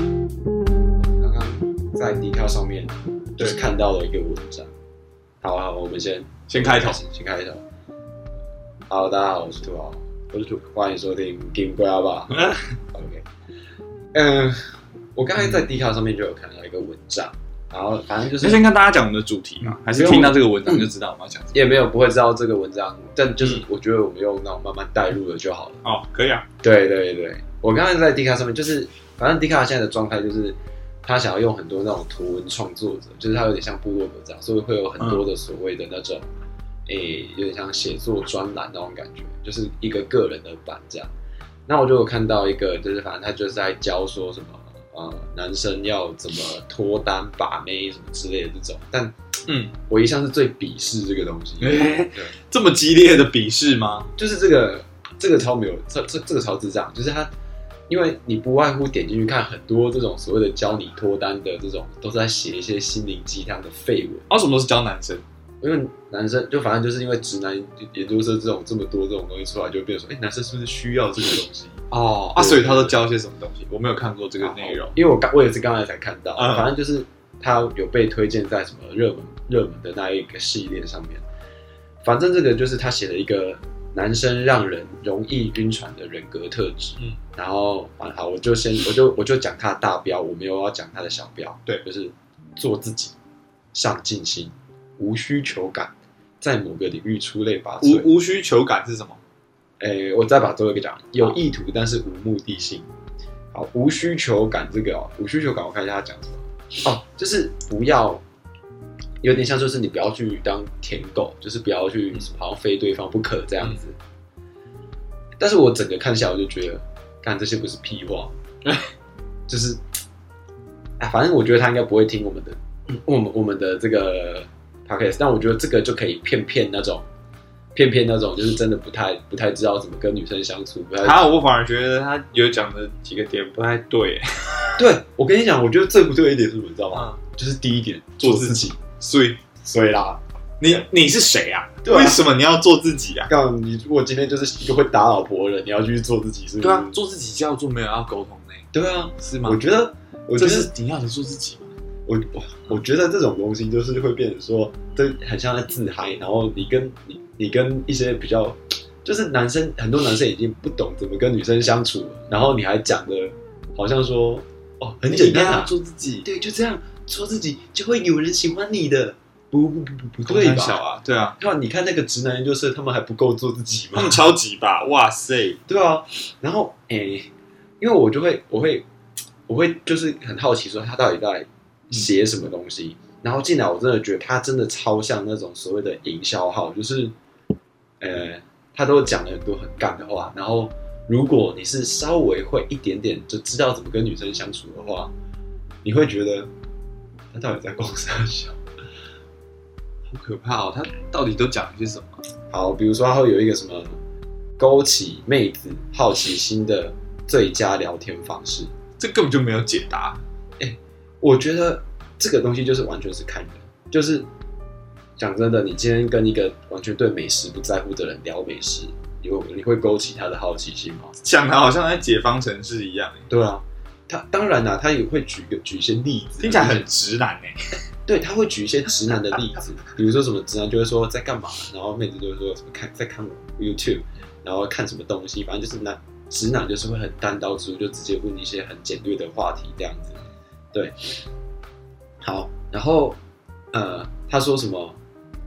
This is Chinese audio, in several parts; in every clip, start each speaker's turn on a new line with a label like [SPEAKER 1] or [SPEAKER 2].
[SPEAKER 1] 刚刚在 d 卡上面就是看到了一个文章。好啊好啊，我们先
[SPEAKER 2] 先开头
[SPEAKER 1] 开，始，先开头。好，大家好，我是兔豪，
[SPEAKER 2] 我是土。
[SPEAKER 1] 欢迎收听《Game g r a b a OK，嗯，我刚才在 d 卡上面就有看到一个文章，然后反正就
[SPEAKER 2] 先
[SPEAKER 1] 是
[SPEAKER 2] 先看大家讲我们的主题嘛，还是
[SPEAKER 1] 不用
[SPEAKER 2] 听到这个文章就知道我们要讲什么？
[SPEAKER 1] 也没有不会知道这个文章，但就是
[SPEAKER 2] 嗯
[SPEAKER 1] 我觉得我们用那种慢慢带入的就好了。
[SPEAKER 2] 哦，可以啊，
[SPEAKER 1] 对对对，我刚刚在 D 卡上面，就是反正 D 卡现在的状态就是，他想要用很多那种图文创作者，就是他有点像部落格这样，所以会有很多的所谓的那种，诶、有点像写作专栏那种感觉，就是一个个人的版这样。那我就有看到一个，就是反正他就是在教说什么，呃，男生要怎么脱单把妹什么之类的这种，但
[SPEAKER 2] 嗯，
[SPEAKER 1] 我一向是最鄙视这个东西，
[SPEAKER 2] 诶
[SPEAKER 1] 对。
[SPEAKER 2] 这么激烈的鄙视吗？
[SPEAKER 1] 就是这个这个超没有这这这个超智障，就是他，因为你不外乎点进去看很多这种所谓的教你脱单的这种，都是在写一些心灵鸡汤的废文。
[SPEAKER 2] 哦，什么都是教男生，
[SPEAKER 1] 因为男生就反正就是因为直男研究生这种这么多这种东西出来，就会变成说，哎、男生是不是需要这个东西？
[SPEAKER 2] 哦啊，
[SPEAKER 1] 对
[SPEAKER 2] 所以他都教些什么东西？我没有看过这个内容。
[SPEAKER 1] 因为我刚我也是刚才才看到，
[SPEAKER 2] 嗯
[SPEAKER 1] 反正就是他有被推荐在什么热门热门的那一个系列上面。反正这个就是他写的一个男生让人容易晕船的人格特质。
[SPEAKER 2] 嗯，
[SPEAKER 1] 然后啊好，我就先我就我就讲他的大标，我没有要讲他的小标。
[SPEAKER 2] 对
[SPEAKER 1] 就是做自己，上进心，无需求感，在某个领域出类拔萃。
[SPEAKER 2] 无无需求感是什么？
[SPEAKER 1] 诶，我再把最后一个讲，有意图但是无目的性。好，无需求感这个哦，无需求感，我看一下他讲什么。哦，就是不要，有点像就是你不要去当舔狗，就是不要去什么好像非对方不可这样子。但是我整个看下来，我就觉得，干这些不是屁话，就是，哎，反正我觉得他应该不会听我们的，我们我们的这个 podcast，但我觉得这个就可以骗骗那种，骗骗那种就是真的不太不太知道怎么跟女生相处，不太
[SPEAKER 2] 啊，我反而觉得他有讲的几个点不太对。
[SPEAKER 1] 对我跟你讲，我觉得最不对的一点是什么，你知道吗？
[SPEAKER 2] 啊，
[SPEAKER 1] 就是第一点，
[SPEAKER 2] 做
[SPEAKER 1] 自
[SPEAKER 2] 自
[SPEAKER 1] 己，
[SPEAKER 2] 所以
[SPEAKER 1] 所以啦，
[SPEAKER 2] 你你是谁啊？
[SPEAKER 1] 对啊
[SPEAKER 2] 为什么你要做自己啊？
[SPEAKER 1] 告诉你，如果今天就是一个会打老婆的人，你要去做自己，是不是？
[SPEAKER 2] 对啊，做自己叫做没有要沟通呢，
[SPEAKER 1] 对啊，
[SPEAKER 2] 是吗
[SPEAKER 1] 我？觉得，我觉
[SPEAKER 2] 这
[SPEAKER 1] 得
[SPEAKER 2] 是你要的做自己吗？
[SPEAKER 1] 我我我觉得这种东西就是会变成说，这很像在自嗨，然后你跟你你跟一些比较，就是男生很多男生已经不懂怎么跟女生相处了，然后你还讲的好像说哦很简单
[SPEAKER 2] 你要
[SPEAKER 1] 啊，
[SPEAKER 2] 做自己，
[SPEAKER 1] 对，就这样做自己就会有人喜欢你的，不不不不不对
[SPEAKER 2] 很小
[SPEAKER 1] 吧？
[SPEAKER 2] 啊，对啊，
[SPEAKER 1] 那你看那个直男研究社，他们还不够做自己吗
[SPEAKER 2] 他？们超 级吧，哇塞，
[SPEAKER 1] 对啊，然后诶、因为我就会，我会，我会就是很好奇，说他到底在
[SPEAKER 2] 嗯
[SPEAKER 1] 写什么东西。然后进来，我真的觉得他真的超像那种所谓的营销号，就是呃，他都讲了很多很干的话。然后，如果你是稍微会一点点，就知道怎么跟女生相处的话，你会觉得他到底在逛啥小？
[SPEAKER 2] 好可怕哦！他到底都讲了些什么？
[SPEAKER 1] 好，比如说他会有一个什么勾起妹子好奇心的最佳聊天方式。
[SPEAKER 2] 这根本就没有解答。
[SPEAKER 1] 我觉得这个东西就是完全是看人，就是讲真的，你今天跟一个完全对美食不在乎的人聊美食，你会你会勾起他的好奇心吗？
[SPEAKER 2] 讲的好像在解方程式一样，
[SPEAKER 1] 对啊，他当然啦、他也会举个举一些例子，啊
[SPEAKER 2] 听起来很直男呢。欸
[SPEAKER 1] 对，他会举一些直男的例子，比如说什么直男就会说在干嘛，然后妹子就会说什么看在看我 YouTube，然后看什么东西，反正就是男直男就是会很单刀直入，就直接问一些很简略的话题这样子。对，好，然后呃，他说什么？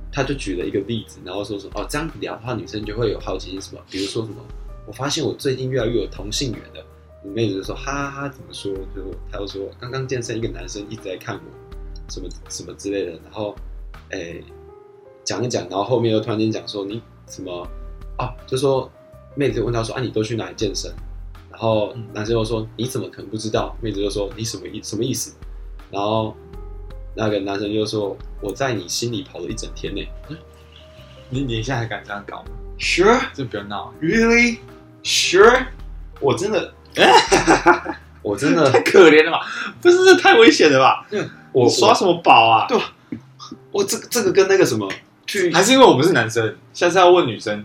[SPEAKER 1] 他就举了一个例子，然后说什么哦，这样子聊的话，女生就会有好奇心，什么，比如说什么，我发现我最近越来越有同性缘了。你妹子就说哈哈哈，怎么说？就他就说刚刚健身一个男生一直在看我，什么什么之类的，然后，诶、讲一讲，然后后面又突然间讲说你什么啊，就说妹子问他说啊，你都去哪里健身？然后
[SPEAKER 2] 嗯
[SPEAKER 1] 男生又说你怎么可能不知道？妹子就说你什么意什么意思？然后那个男生就说我在你心里跑了一整天呢。
[SPEAKER 2] 你你现在还敢这样搞吗？
[SPEAKER 1] Sure,
[SPEAKER 2] 真的不要闹啊！
[SPEAKER 1] really, sure，我真的我真的
[SPEAKER 2] 太 可怜了吧？不是，这太危险了吧？
[SPEAKER 1] 我
[SPEAKER 2] 你刷
[SPEAKER 1] 我
[SPEAKER 2] 什么宝啊？
[SPEAKER 1] 我这这个跟那个什么去
[SPEAKER 2] 还是因为我们是男生，下次要问女生，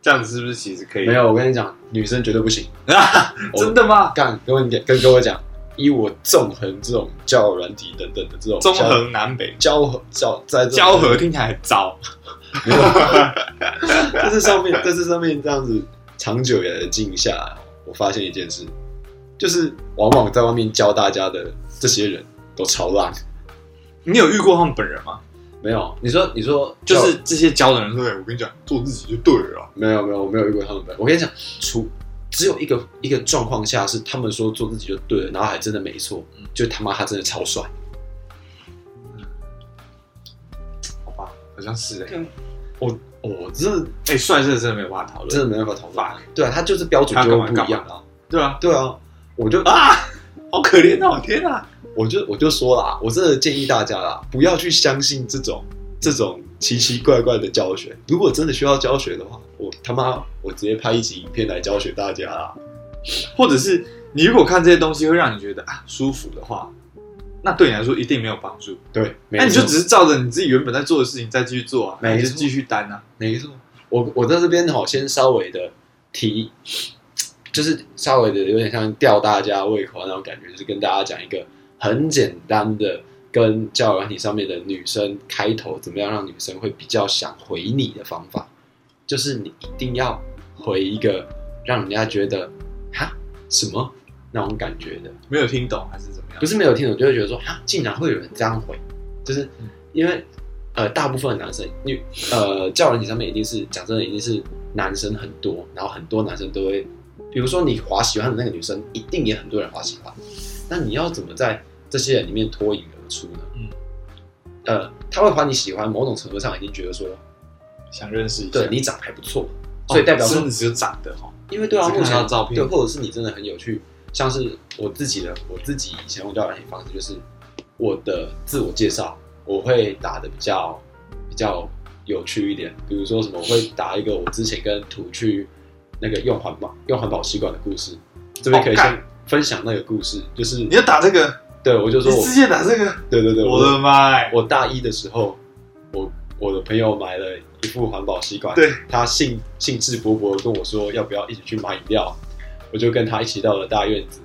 [SPEAKER 2] 这样子是不是其实可以？
[SPEAKER 1] 没有，我跟你讲，女生绝对不行。
[SPEAKER 2] 啊， 真的吗？
[SPEAKER 1] 干，跟我讲，跟跟我讲，以我纵横这种交友软体等等的这种
[SPEAKER 2] 中横南北，
[SPEAKER 1] 交合交在这种
[SPEAKER 2] 交合听起来很糟。
[SPEAKER 1] 没有， 这是上面，这是上面这样子长久以来的静下来，我发现一件事，就是往往在外面教大家的这些人都超烂。
[SPEAKER 2] 你有遇过他们本人吗？
[SPEAKER 1] 没有，你说你说
[SPEAKER 2] 就是这些教的人说，哎，我跟你讲，做自己就对了啊。
[SPEAKER 1] 没有没有，我没有遇过他们本人。我跟你讲，除只有一个一个状况下是他们说做自己就对了，然后还真的没错，就他妈他真的超帅。
[SPEAKER 2] 好吧，好像是哎，
[SPEAKER 1] 哦我真的
[SPEAKER 2] 哎，帅这个真的没有办法讨
[SPEAKER 1] 真
[SPEAKER 2] 论，
[SPEAKER 1] 的没办法讨论。
[SPEAKER 2] 法
[SPEAKER 1] 对啊，他就是标准
[SPEAKER 2] 他
[SPEAKER 1] 就
[SPEAKER 2] 干
[SPEAKER 1] 会
[SPEAKER 2] 嘛
[SPEAKER 1] 不一样啊。
[SPEAKER 2] 对啊，
[SPEAKER 1] 对啊，我就
[SPEAKER 2] 啊，好可怜哦，天啊！
[SPEAKER 1] 我就我就说啦，我真的建议大家啦，不要去相信这种这种奇奇怪怪的教学。如果真的需要教学的话，我他妈我直接拍一集影片来教学大家啦。
[SPEAKER 2] 或者是你如果看这些东西会让你觉得啊舒服的话，那对你来说一定没有帮助。
[SPEAKER 1] 对，
[SPEAKER 2] 那
[SPEAKER 1] 那
[SPEAKER 2] 你就只是照着你自己原本在做的事情再继续做啊，
[SPEAKER 1] 没
[SPEAKER 2] 你
[SPEAKER 1] 错
[SPEAKER 2] 就继续担啊。
[SPEAKER 1] 没错。我我在这边哈，先稍微的提，就是稍微的有点像吊大家胃口那种感觉，就是跟大家讲一个很简单的。跟交友软体上面的女生开头，怎么样让女生会比较想回你的方法，就是你一定要回一个让人家觉得哈什么那种感觉的，
[SPEAKER 2] 没有听懂还是怎么样？
[SPEAKER 1] 不
[SPEAKER 2] 是，
[SPEAKER 1] 是没有听懂，就会觉得说哈，竟然会有人这样回，就是
[SPEAKER 2] 嗯
[SPEAKER 1] 因为呃，大部分的男生女呃，教人体上面一定是讲真的，一定是男生很多，然后很多男生都会，比如说你划喜欢的那个女生，一定也很多人划喜欢，那你要怎么在这些人里面脱颖而出呢？
[SPEAKER 2] 嗯，
[SPEAKER 1] 呃，他会把你喜欢，某种程度上已经觉得说，
[SPEAKER 2] 想认识一下，
[SPEAKER 1] 对你长得还不错，哦所以代表说
[SPEAKER 2] 真的只有长得哦。
[SPEAKER 1] 因为对啊，
[SPEAKER 2] 只
[SPEAKER 1] 目
[SPEAKER 2] 看
[SPEAKER 1] 前
[SPEAKER 2] 到照片
[SPEAKER 1] 对，或者是你真的很有趣，像是我自己的，我自己以前用交友软件方式就是我的自我介绍，我会打的比较比较有趣一点，比如说什么，我会打一个我之前跟土去那个用环保用环保吸管的故事，这边可以
[SPEAKER 2] 哦干
[SPEAKER 1] 先分享那个故事，就是
[SPEAKER 2] 你要打这个，
[SPEAKER 1] 对我就
[SPEAKER 2] 你
[SPEAKER 1] 说我
[SPEAKER 2] 直接打这个，
[SPEAKER 1] 对对对，
[SPEAKER 2] 我的妈呀！
[SPEAKER 1] 我大一的时候，我我的朋友买了一副环保吸管，
[SPEAKER 2] 对
[SPEAKER 1] 他兴兴致勃勃地跟我说要不要一起去买饮料，我就跟他一起到了大院子，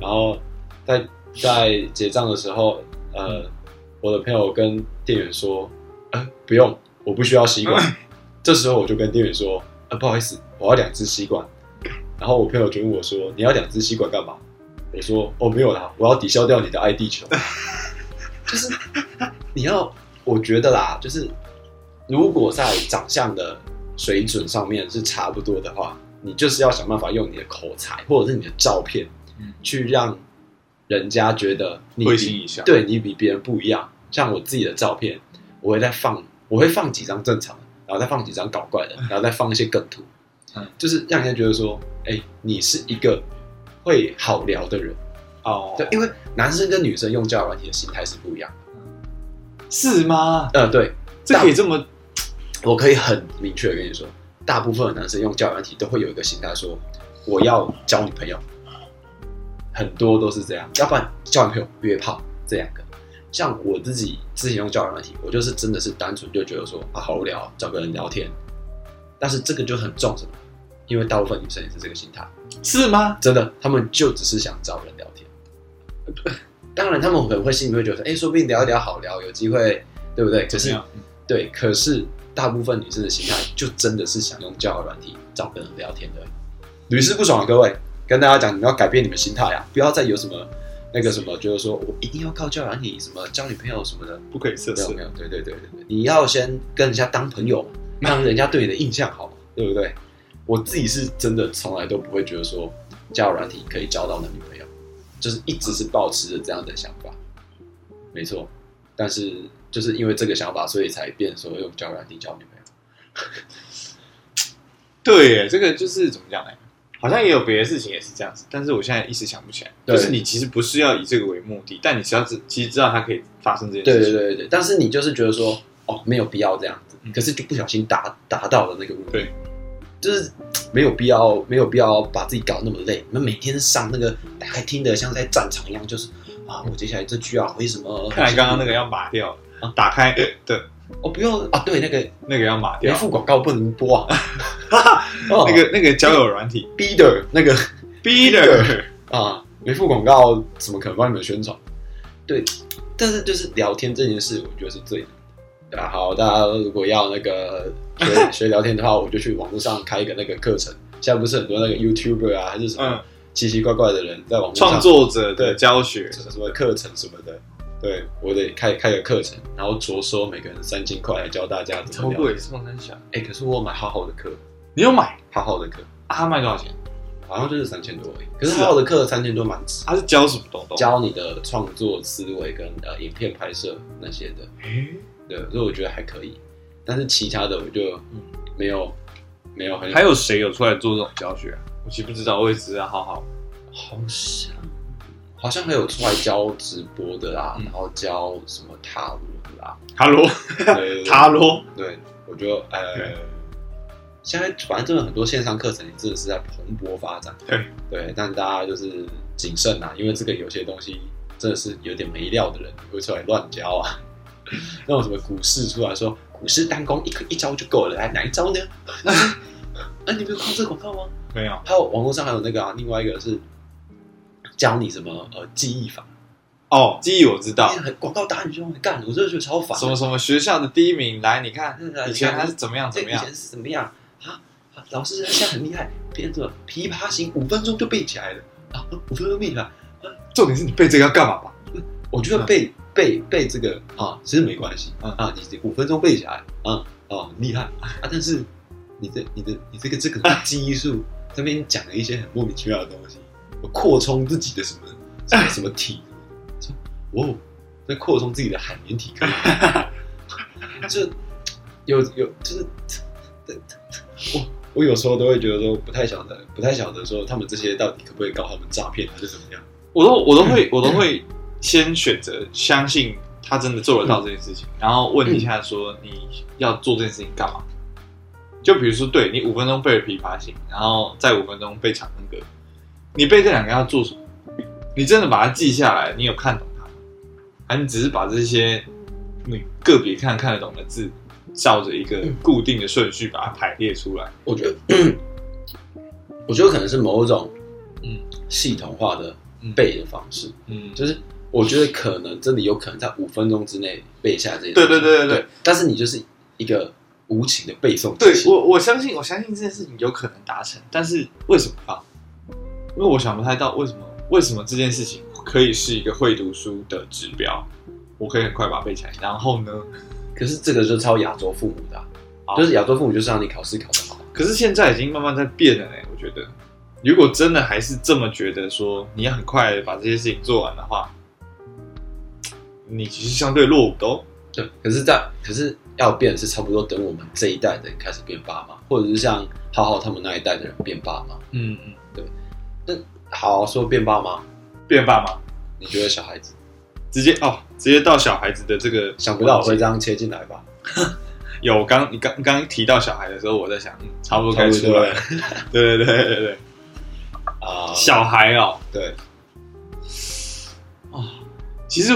[SPEAKER 1] 然后在在结账的时候，呃，我的朋友跟店员说，呃，不用，我不需要吸管。这时候我就跟店员说，呃，不好意思，我要两支吸管。然后我朋友就问我说，你要两支吸管干嘛？我说，哦，没有啦，我要抵消掉你的爱地球。就是你要，我觉得啦，就是如果在长相的水准上面是差不多的话，你就是要想办法用你的口才或者是你的照片，
[SPEAKER 2] 嗯
[SPEAKER 1] 去让人家觉得你
[SPEAKER 2] 会
[SPEAKER 1] 比
[SPEAKER 2] 心一笑
[SPEAKER 1] 对你比别人不一样。像我自己的照片，我会再放，我会放几张正常的，然后再放几张搞怪的，然后再放一些梗图，
[SPEAKER 2] 嗯
[SPEAKER 1] 就是让人家觉得说，哎，你是一个会好聊的人。
[SPEAKER 2] 哦，
[SPEAKER 1] 对，因为男生跟女生用交友软体的心态是不一样的。
[SPEAKER 2] 是吗？
[SPEAKER 1] 呃，对，
[SPEAKER 2] 这可以这么
[SPEAKER 1] 我可以很明确的跟你说，大部分的男生用交友软体都会有一个心态说，我要交女朋友，很多都是这样，要不然交女朋友约炮这两个。像我自己之前用交友软体，我就是真的是单纯就觉得说啊好无聊，找个人聊天，但是这个就很重什么，因为大部分女生也是这个心态，
[SPEAKER 2] 是吗？
[SPEAKER 1] 真的，他们就只是想找人聊天。 当然，他们可能会心里会觉得说，哎、说不定聊一聊好聊，有机会，对不对？可
[SPEAKER 2] 怎
[SPEAKER 1] 是
[SPEAKER 2] 么样
[SPEAKER 1] 对，可是大部分女生的心态就真的是想用交友软体找个人聊天而已，屡试不爽啊！各位，跟大家讲，你们要改变你们心态啊，不要再有什么那个什么，就是说我一定要靠交友软体什么交女朋友什么的，
[SPEAKER 2] 不可以色
[SPEAKER 1] 没有
[SPEAKER 2] 色
[SPEAKER 1] 没，有，对对对对对，你要先跟人家当朋友嘛，让人家对你的印象好嘛，对不对？我自己是真的从来都不会觉得说交友软体可以交到男女朋友，就是一直是保持着这样的想法，没错。但是就是因为这个想法，所以才变说用交友软体交女朋友。
[SPEAKER 2] 对耶，这个就是怎么讲呢？好像也有别的事情也是这样子，但是我现在一时想不起来。
[SPEAKER 1] 对
[SPEAKER 2] 就是你其实不是要以这个为目的，但你只要知其实知道它可以发生这件
[SPEAKER 1] 对
[SPEAKER 2] 事
[SPEAKER 1] 对
[SPEAKER 2] 情。
[SPEAKER 1] 对对对，但是你就是觉得说哦没有必要这样子
[SPEAKER 2] 嗯，
[SPEAKER 1] 可是就不小心达达到了那个目的，
[SPEAKER 2] 对
[SPEAKER 1] 就是没有必要，没有必要把自己搞那么累。你们每天上那个打开听的，像在战场一样，就是啊，我接下来这句啊，为什么？
[SPEAKER 2] 看来刚刚那个要码掉了，打开呃对，
[SPEAKER 1] 哦，不用啊，对，那个
[SPEAKER 2] 那个要码
[SPEAKER 1] 没
[SPEAKER 2] 掉，
[SPEAKER 1] 付广告不能播 啊。哦
[SPEAKER 2] 那个那个交友软体
[SPEAKER 1] Bidder 那个
[SPEAKER 2] Beater，
[SPEAKER 1] 啊，没付广告怎么可能帮你们宣传？对，但是就是聊天这件事，我觉得是最难的。对啊，好，大家如果要那个 学学聊天的话，我就去网络上开一个那个课程。现在不是很多那个 YouTuber 啊，还是什么
[SPEAKER 2] 嗯，
[SPEAKER 1] 奇奇怪怪的人在网络上
[SPEAKER 2] 创作者的
[SPEAKER 1] 对
[SPEAKER 2] 教学，
[SPEAKER 1] 什么课程什么的。对，我得开开个课程，然后着收每个人三千块来教大家怎
[SPEAKER 2] 超
[SPEAKER 1] 么聊。
[SPEAKER 2] 贵，是放三小，
[SPEAKER 1] 哎、可是我有买好好的课，
[SPEAKER 2] 你有买？
[SPEAKER 1] 好好的课
[SPEAKER 2] 啊，它卖多少钱？
[SPEAKER 1] 好像就是三千多而已。可是
[SPEAKER 2] 是啊
[SPEAKER 1] 好好的课三千多蛮值，
[SPEAKER 2] 它是教什么东东？
[SPEAKER 1] 教你的创作思维跟呃影片拍摄那些的，
[SPEAKER 2] 诶
[SPEAKER 1] 对，所以我觉得还可以。但是其他的我就
[SPEAKER 2] 嗯
[SPEAKER 1] 没有没有很
[SPEAKER 2] 还有谁有出来做这种教学啊？我其实不知道，我也只知道浩浩。
[SPEAKER 1] 好像好像还有出来教直播的啦，
[SPEAKER 2] 嗯
[SPEAKER 1] 然后教什么塔罗的 啦，
[SPEAKER 2] 塔罗，
[SPEAKER 1] 对对对
[SPEAKER 2] 塔罗，
[SPEAKER 1] 对，我觉得
[SPEAKER 2] 对
[SPEAKER 1] 呃，现在反正真的很多线上课程也真的是在蓬勃发展，
[SPEAKER 2] 对
[SPEAKER 1] 对，但大家就是谨慎啊，因为这个有些东西真的是有点没料的人会出来乱教啊， 那种什么股市出来说股市单攻一颗一招就够了，来哪一招呢？ 啊，你没有看这个广告吗？
[SPEAKER 2] 没有
[SPEAKER 1] 还有网络上还有那个啊，另外一个是教你什么呃记忆法，
[SPEAKER 2] 哦，记忆我知道
[SPEAKER 1] 因为，很哎广告打很凶，干，我真的觉得超烦的。
[SPEAKER 2] 什么什么学校的第一名，来你看
[SPEAKER 1] 嗯来，
[SPEAKER 2] 以前
[SPEAKER 1] 你看
[SPEAKER 2] 他是怎么样
[SPEAKER 1] 这
[SPEAKER 2] 怎
[SPEAKER 1] 以
[SPEAKER 2] 么样
[SPEAKER 1] 前，是怎么样啊？啊老师他现在很厉害，变成琵琶行五分钟就背起来了啊，五分钟背起来。
[SPEAKER 2] 重点是你背这个要干嘛吧？
[SPEAKER 1] 我觉得背、背背这个啊，其实没关系、
[SPEAKER 2] 嗯
[SPEAKER 1] 啊，你五分钟背起来啊，哦、很厉害啊，但是你的你的你这个这个技术这边讲了一些很莫名其妙的东西，我扩充自己的什么什么什么体，说哦，在扩充自己的海绵体可以，就有有就是。我我有时候都会觉得说不太晓得，不太晓得说他们这些到底可不可以告他们诈骗还是怎么样？
[SPEAKER 2] 我都我都会我都会先选择相信他真的做得到这件事情，然后问一下说你要做这件事情干嘛？就比如说，对你五分钟背了琵琶行，然后再五分钟背长恨歌，你背这两个要做什么？你真的把它记下来，你有看懂它吗？还你只是把这些你个别看看得懂的字，照着一个固定的顺序把它排列出来？
[SPEAKER 1] 我觉得， 我觉得可能是某种
[SPEAKER 2] 嗯
[SPEAKER 1] 系统化的
[SPEAKER 2] 嗯
[SPEAKER 1] 背的方式，
[SPEAKER 2] 嗯，
[SPEAKER 1] 就是我觉得可能真的有可能在五分钟之内背下这些东
[SPEAKER 2] 对
[SPEAKER 1] 西。
[SPEAKER 2] 对对对对，
[SPEAKER 1] 但是你就是一个无情的背诵
[SPEAKER 2] 对
[SPEAKER 1] 机器。
[SPEAKER 2] 我，我相信，我相信这件事情有可能达成，但是为什么放？因为我想不太到为什么，为什么这件事情可以是一个会读书的指标，我可以很快把它背起来。然后呢，
[SPEAKER 1] 可是这个就超亚洲父母的啊、
[SPEAKER 2] 好
[SPEAKER 1] 就是亚洲父母就是让你考试考得好。
[SPEAKER 2] 可是现在已经慢慢在变了嘞、我觉得，如果真的还是这么觉得说你要很快把这些事情做完的话，你其实相对落伍的哦。
[SPEAKER 1] 对，可是在可是要变的是差不多等我们这一代的人开始变爸妈，或者是像浩浩他们那一代的人变爸妈。
[SPEAKER 2] 嗯嗯，
[SPEAKER 1] 好，说变爸妈，
[SPEAKER 2] 变爸妈
[SPEAKER 1] 你觉得小孩子
[SPEAKER 2] 直接哦，直接到小孩子的这个
[SPEAKER 1] 想不到我
[SPEAKER 2] 环节
[SPEAKER 1] 会这样切进来吧？
[SPEAKER 2] 有，我刚你刚刚一提到小孩的时候，我在想，嗯，差不多该出来了
[SPEAKER 1] 差。
[SPEAKER 2] 对对对对对，
[SPEAKER 1] 啊、
[SPEAKER 2] 小孩哦，啊
[SPEAKER 1] 对，
[SPEAKER 2] 其实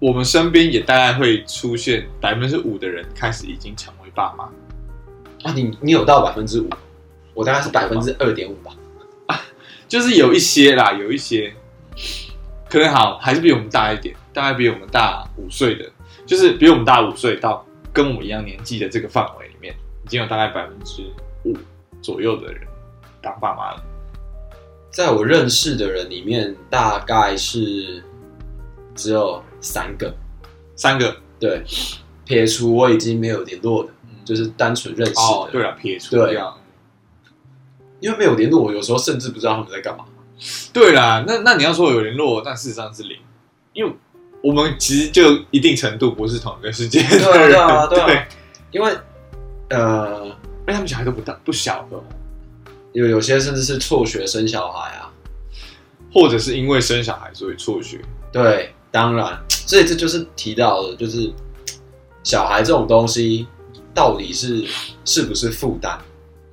[SPEAKER 2] 我们身边也大概会出现百分之五的人开始已经成为爸妈。
[SPEAKER 1] 啊，你你有到百分之五，我大概是百分之二点五吧。
[SPEAKER 2] 就是有一些啦，有一些可能好还是比我们大一点，大概比我们大五岁的，就是比我们大五岁到跟我们一样年纪的这个范围里面，已经有大概百分之五左右的人当爸妈了。
[SPEAKER 1] 在我认识的人里面，大概是只有三个，
[SPEAKER 2] 三个，
[SPEAKER 1] 对，撇除我已经没有联络的，就是是单纯认识的，
[SPEAKER 2] 嗯哦，对了，撇除
[SPEAKER 1] 对
[SPEAKER 2] 掉。
[SPEAKER 1] 因为没有联络，我有时候甚至不知道他们在干嘛。
[SPEAKER 2] 对啦，那那你要说有联络，但事实上是零，因为我们其实就一定程度不是同一个世界的人，
[SPEAKER 1] 对啊对
[SPEAKER 2] 对
[SPEAKER 1] 啊对因为呃，
[SPEAKER 2] 而且他们小孩都不大不小了，
[SPEAKER 1] 有有些甚至是辍学生小孩啊，
[SPEAKER 2] 或者是因为生小孩所以辍学，
[SPEAKER 1] 对，当然，所以这就是提到的，就是小孩这种东西到底是是不是负担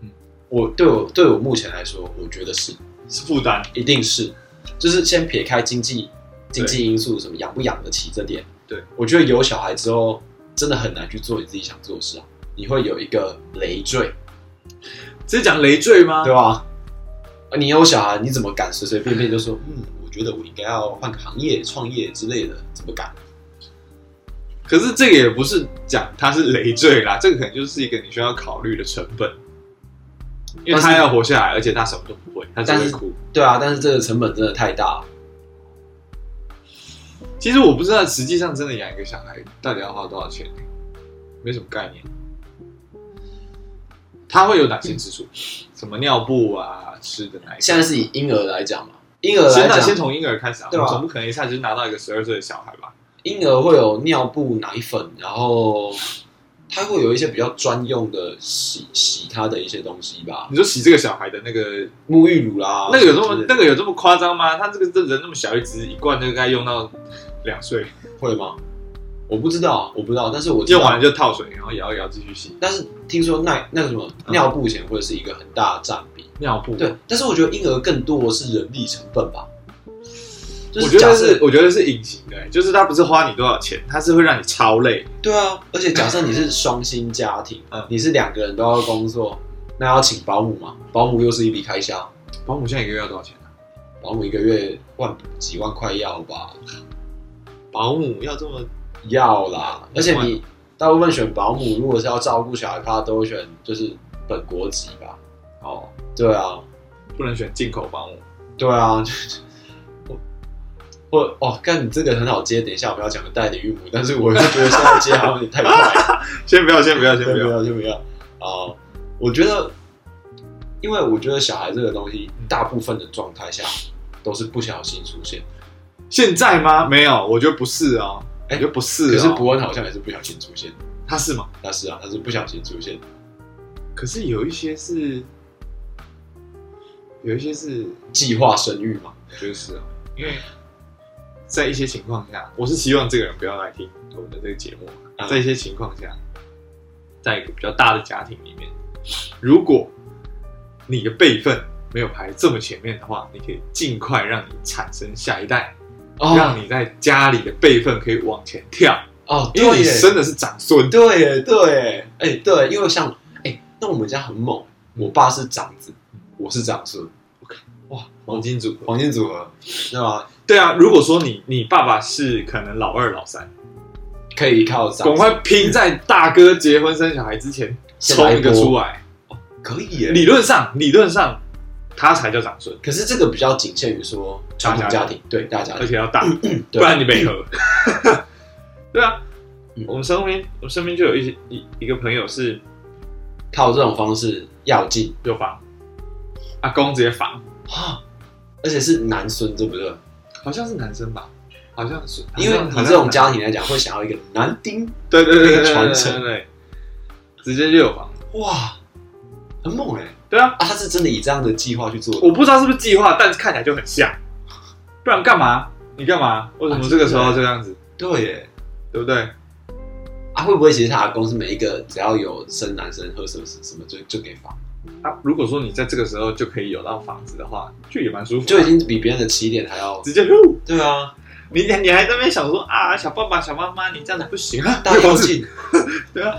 [SPEAKER 2] 嗯？
[SPEAKER 1] 我对我对我目前来说，我觉得是
[SPEAKER 2] 是负担，
[SPEAKER 1] 一定是，就是先撇开经济经济因素，什么养不养得起这点，
[SPEAKER 2] 对
[SPEAKER 1] 我觉得有小孩之后，真的很难去做你自己想做的事啊，你会有一个累赘，
[SPEAKER 2] 只是讲累赘吗？
[SPEAKER 1] 对吧？啊你有小孩，你怎么敢随随便便就说，嗯，我觉得我应该要换个行业、创业之类的，怎么敢？
[SPEAKER 2] 可是这个也不是讲它是累赘啦，这个可能就是一个你需要考虑的成本，因为
[SPEAKER 1] 但
[SPEAKER 2] 他
[SPEAKER 1] 是
[SPEAKER 2] 要活下来，而且他什么都不会，他只
[SPEAKER 1] 但
[SPEAKER 2] 会
[SPEAKER 1] 是
[SPEAKER 2] 哭。
[SPEAKER 1] 对啊，但是这个成本真的太大了，
[SPEAKER 2] 其实我不知道，实际上真的养一个小孩到底要花多少钱，没什么概念。他会有哪些支出？什么尿布啊、吃的奶粉？
[SPEAKER 1] 现在是以婴儿来讲嘛，婴儿来
[SPEAKER 2] 先打
[SPEAKER 1] 讲，
[SPEAKER 2] 先从婴儿开始啊，
[SPEAKER 1] 对啊
[SPEAKER 2] 我们总不可能一下就拿到一个十二岁的小孩吧？
[SPEAKER 1] 婴儿会有尿布、奶粉，然后它会有一些比较专用的洗洗它的一些东西吧，
[SPEAKER 2] 你说洗这个小孩的那个
[SPEAKER 1] 沐浴乳啦，
[SPEAKER 2] 那个有这么
[SPEAKER 1] 之类的
[SPEAKER 2] 那个有这么夸张吗？他这个这人那么小一只，一罐就该用到两岁，
[SPEAKER 1] 会吗？我不知道，我不知道，但是我知道
[SPEAKER 2] 用完了就套水，然后摇一摇继续洗。
[SPEAKER 1] 但是听说那那个什么
[SPEAKER 2] 嗯
[SPEAKER 1] 尿布钱会是一个很大的占比，
[SPEAKER 2] 尿布，
[SPEAKER 1] 对，但是我觉得婴儿更多的是人力成本吧，就
[SPEAKER 2] 我
[SPEAKER 1] 是
[SPEAKER 2] 觉
[SPEAKER 1] 假
[SPEAKER 2] 得
[SPEAKER 1] 设
[SPEAKER 2] 是我觉得是隐形的、就是他不是花你多少钱，他是会让你超累。
[SPEAKER 1] 对啊，而且假设你是双薪家庭，
[SPEAKER 2] 嗯
[SPEAKER 1] 你是两个人都要工作，那要请保姆嘛，保姆又是一笔开销。
[SPEAKER 2] 保姆现在一个月要多少钱啊？
[SPEAKER 1] 保姆一个月万几万块要吧？
[SPEAKER 2] 保姆要这么
[SPEAKER 1] 要啦，
[SPEAKER 2] 嗯
[SPEAKER 1] 而且你大部分选保姆，如果是要照顾小孩，他都会选就是本国籍吧？
[SPEAKER 2] 哦，
[SPEAKER 1] 对啊，
[SPEAKER 2] 不能选进口保姆。
[SPEAKER 1] 对啊， 就是我我哦，干你这个很好接，等一下我们要讲个带点韵母，但是我就觉得现在接好像有点太快了。
[SPEAKER 2] 先不要，先不要，先
[SPEAKER 1] 先不
[SPEAKER 2] 不要。
[SPEAKER 1] 要，先不要。啊、我觉得，因为我觉得小孩这个东西，
[SPEAKER 2] 嗯
[SPEAKER 1] 大部分的状态下都是不小心出现，
[SPEAKER 2] 现在吗？没有，我觉得不是哦，
[SPEAKER 1] 哎
[SPEAKER 2] 我觉得不是、哦。
[SPEAKER 1] 可是伯恩好像也是不小心出现的。
[SPEAKER 2] 他是吗？
[SPEAKER 1] 那是啊，他是不小心出现的，
[SPEAKER 2] 可是有一些是，有一些是，
[SPEAKER 1] 计划生育嘛。
[SPEAKER 2] 我觉得是哦，因为在一些情况下，我是希望这个人不要来听我们的这个节目啊。
[SPEAKER 1] 嗯
[SPEAKER 2] 在一些情况下，在一个比较大的家庭里面，如果你的辈分没有排这么前面的话，你可以尽快让你产生下一代，
[SPEAKER 1] 哦
[SPEAKER 2] 让你在家里的辈分可以往前跳，
[SPEAKER 1] 哦，
[SPEAKER 2] 因为
[SPEAKER 1] 对
[SPEAKER 2] 你
[SPEAKER 1] 耶，
[SPEAKER 2] 生的是长孙。
[SPEAKER 1] 对耶，对耶，哎、对，因为像哎、那我们家很猛，
[SPEAKER 2] 嗯
[SPEAKER 1] 我爸是长子，我是长孙，哇，
[SPEAKER 2] 黄
[SPEAKER 1] 黄金
[SPEAKER 2] 金组合，
[SPEAKER 1] 黄金组合，对吧？
[SPEAKER 2] 对啊，如果说你你爸爸是可能老二老三，
[SPEAKER 1] 可以靠长
[SPEAKER 2] 赶
[SPEAKER 1] 子，
[SPEAKER 2] 快拼在大哥结婚生小孩之前
[SPEAKER 1] 先来
[SPEAKER 2] 冲一个出来。
[SPEAKER 1] 可以耶。
[SPEAKER 2] 理论上，理论上他才叫长孙，
[SPEAKER 1] 可是这个比较仅限于说传统家庭，对大家
[SPEAKER 2] 而
[SPEAKER 1] 庭，
[SPEAKER 2] 且要大，不
[SPEAKER 1] 对
[SPEAKER 2] 然你 没合。对啊
[SPEAKER 1] 嗯，
[SPEAKER 2] 我们身边我身边就有一些一一个朋友是
[SPEAKER 1] 靠这种方式要进
[SPEAKER 2] 有房，阿公直接房，
[SPEAKER 1] 啊，而且是男孙，对不对？
[SPEAKER 2] 好像是男生吧，好像是，
[SPEAKER 1] 因为
[SPEAKER 2] 好
[SPEAKER 1] 你
[SPEAKER 2] 像
[SPEAKER 1] 这种家庭来讲，会想要一个男丁，
[SPEAKER 2] 对对对对对对
[SPEAKER 1] 传
[SPEAKER 2] 对
[SPEAKER 1] 承
[SPEAKER 2] 对对，直接就有房。
[SPEAKER 1] 哇，很猛哎、
[SPEAKER 2] 对啊，
[SPEAKER 1] 啊，他是真的以这样的计划去做的。
[SPEAKER 2] 我不知道是不是计划，但是看起来就很像，不然干嘛？你干嘛？为什么这个时候这样子？
[SPEAKER 1] 对耶，
[SPEAKER 2] 对不对？
[SPEAKER 1] 啊，会不会其实他的公司每一个只要有生男生喝什么什么就就给房，
[SPEAKER 2] 啊，如果说你在这个时候就可以有到房子的话，就也蛮舒服的
[SPEAKER 1] 就已经比别人的起点还要。
[SPEAKER 2] 直接呼，
[SPEAKER 1] 对啊，
[SPEAKER 2] 你你还在那边想说啊，小爸爸、小妈妈，你这样子不行啊，
[SPEAKER 1] 大
[SPEAKER 2] 房
[SPEAKER 1] 跃
[SPEAKER 2] 子。
[SPEAKER 1] 进。
[SPEAKER 2] 对啊，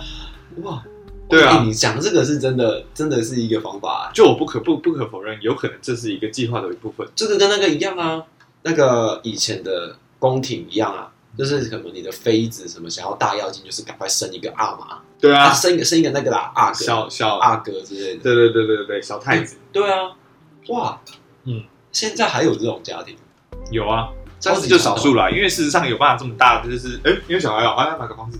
[SPEAKER 1] 哇，
[SPEAKER 2] 对啊
[SPEAKER 1] 哎你讲这个是真的，真的是一个方法，
[SPEAKER 2] 就我不可不不可否认，有可能这是一个计划的一部分。
[SPEAKER 1] 这个跟那个一样啊，那个以前的宫廷一样啊。就是可能你的妃子什么想要大跃进，就是赶快生一个阿玛
[SPEAKER 2] 对啊
[SPEAKER 1] 啊，，生一个生一个那个啦，阿哥、
[SPEAKER 2] 小小，
[SPEAKER 1] 阿哥之类的。
[SPEAKER 2] 对对对对对，小太子
[SPEAKER 1] 对啊，哇，
[SPEAKER 2] 嗯，
[SPEAKER 1] 现在还有这种家庭，
[SPEAKER 2] 有啊，
[SPEAKER 1] 这
[SPEAKER 2] 但
[SPEAKER 1] 样
[SPEAKER 2] 是
[SPEAKER 1] 子
[SPEAKER 2] 就少数啦，因为事实上有办法这么大，就是哎，因为小孩啊，啊买个房子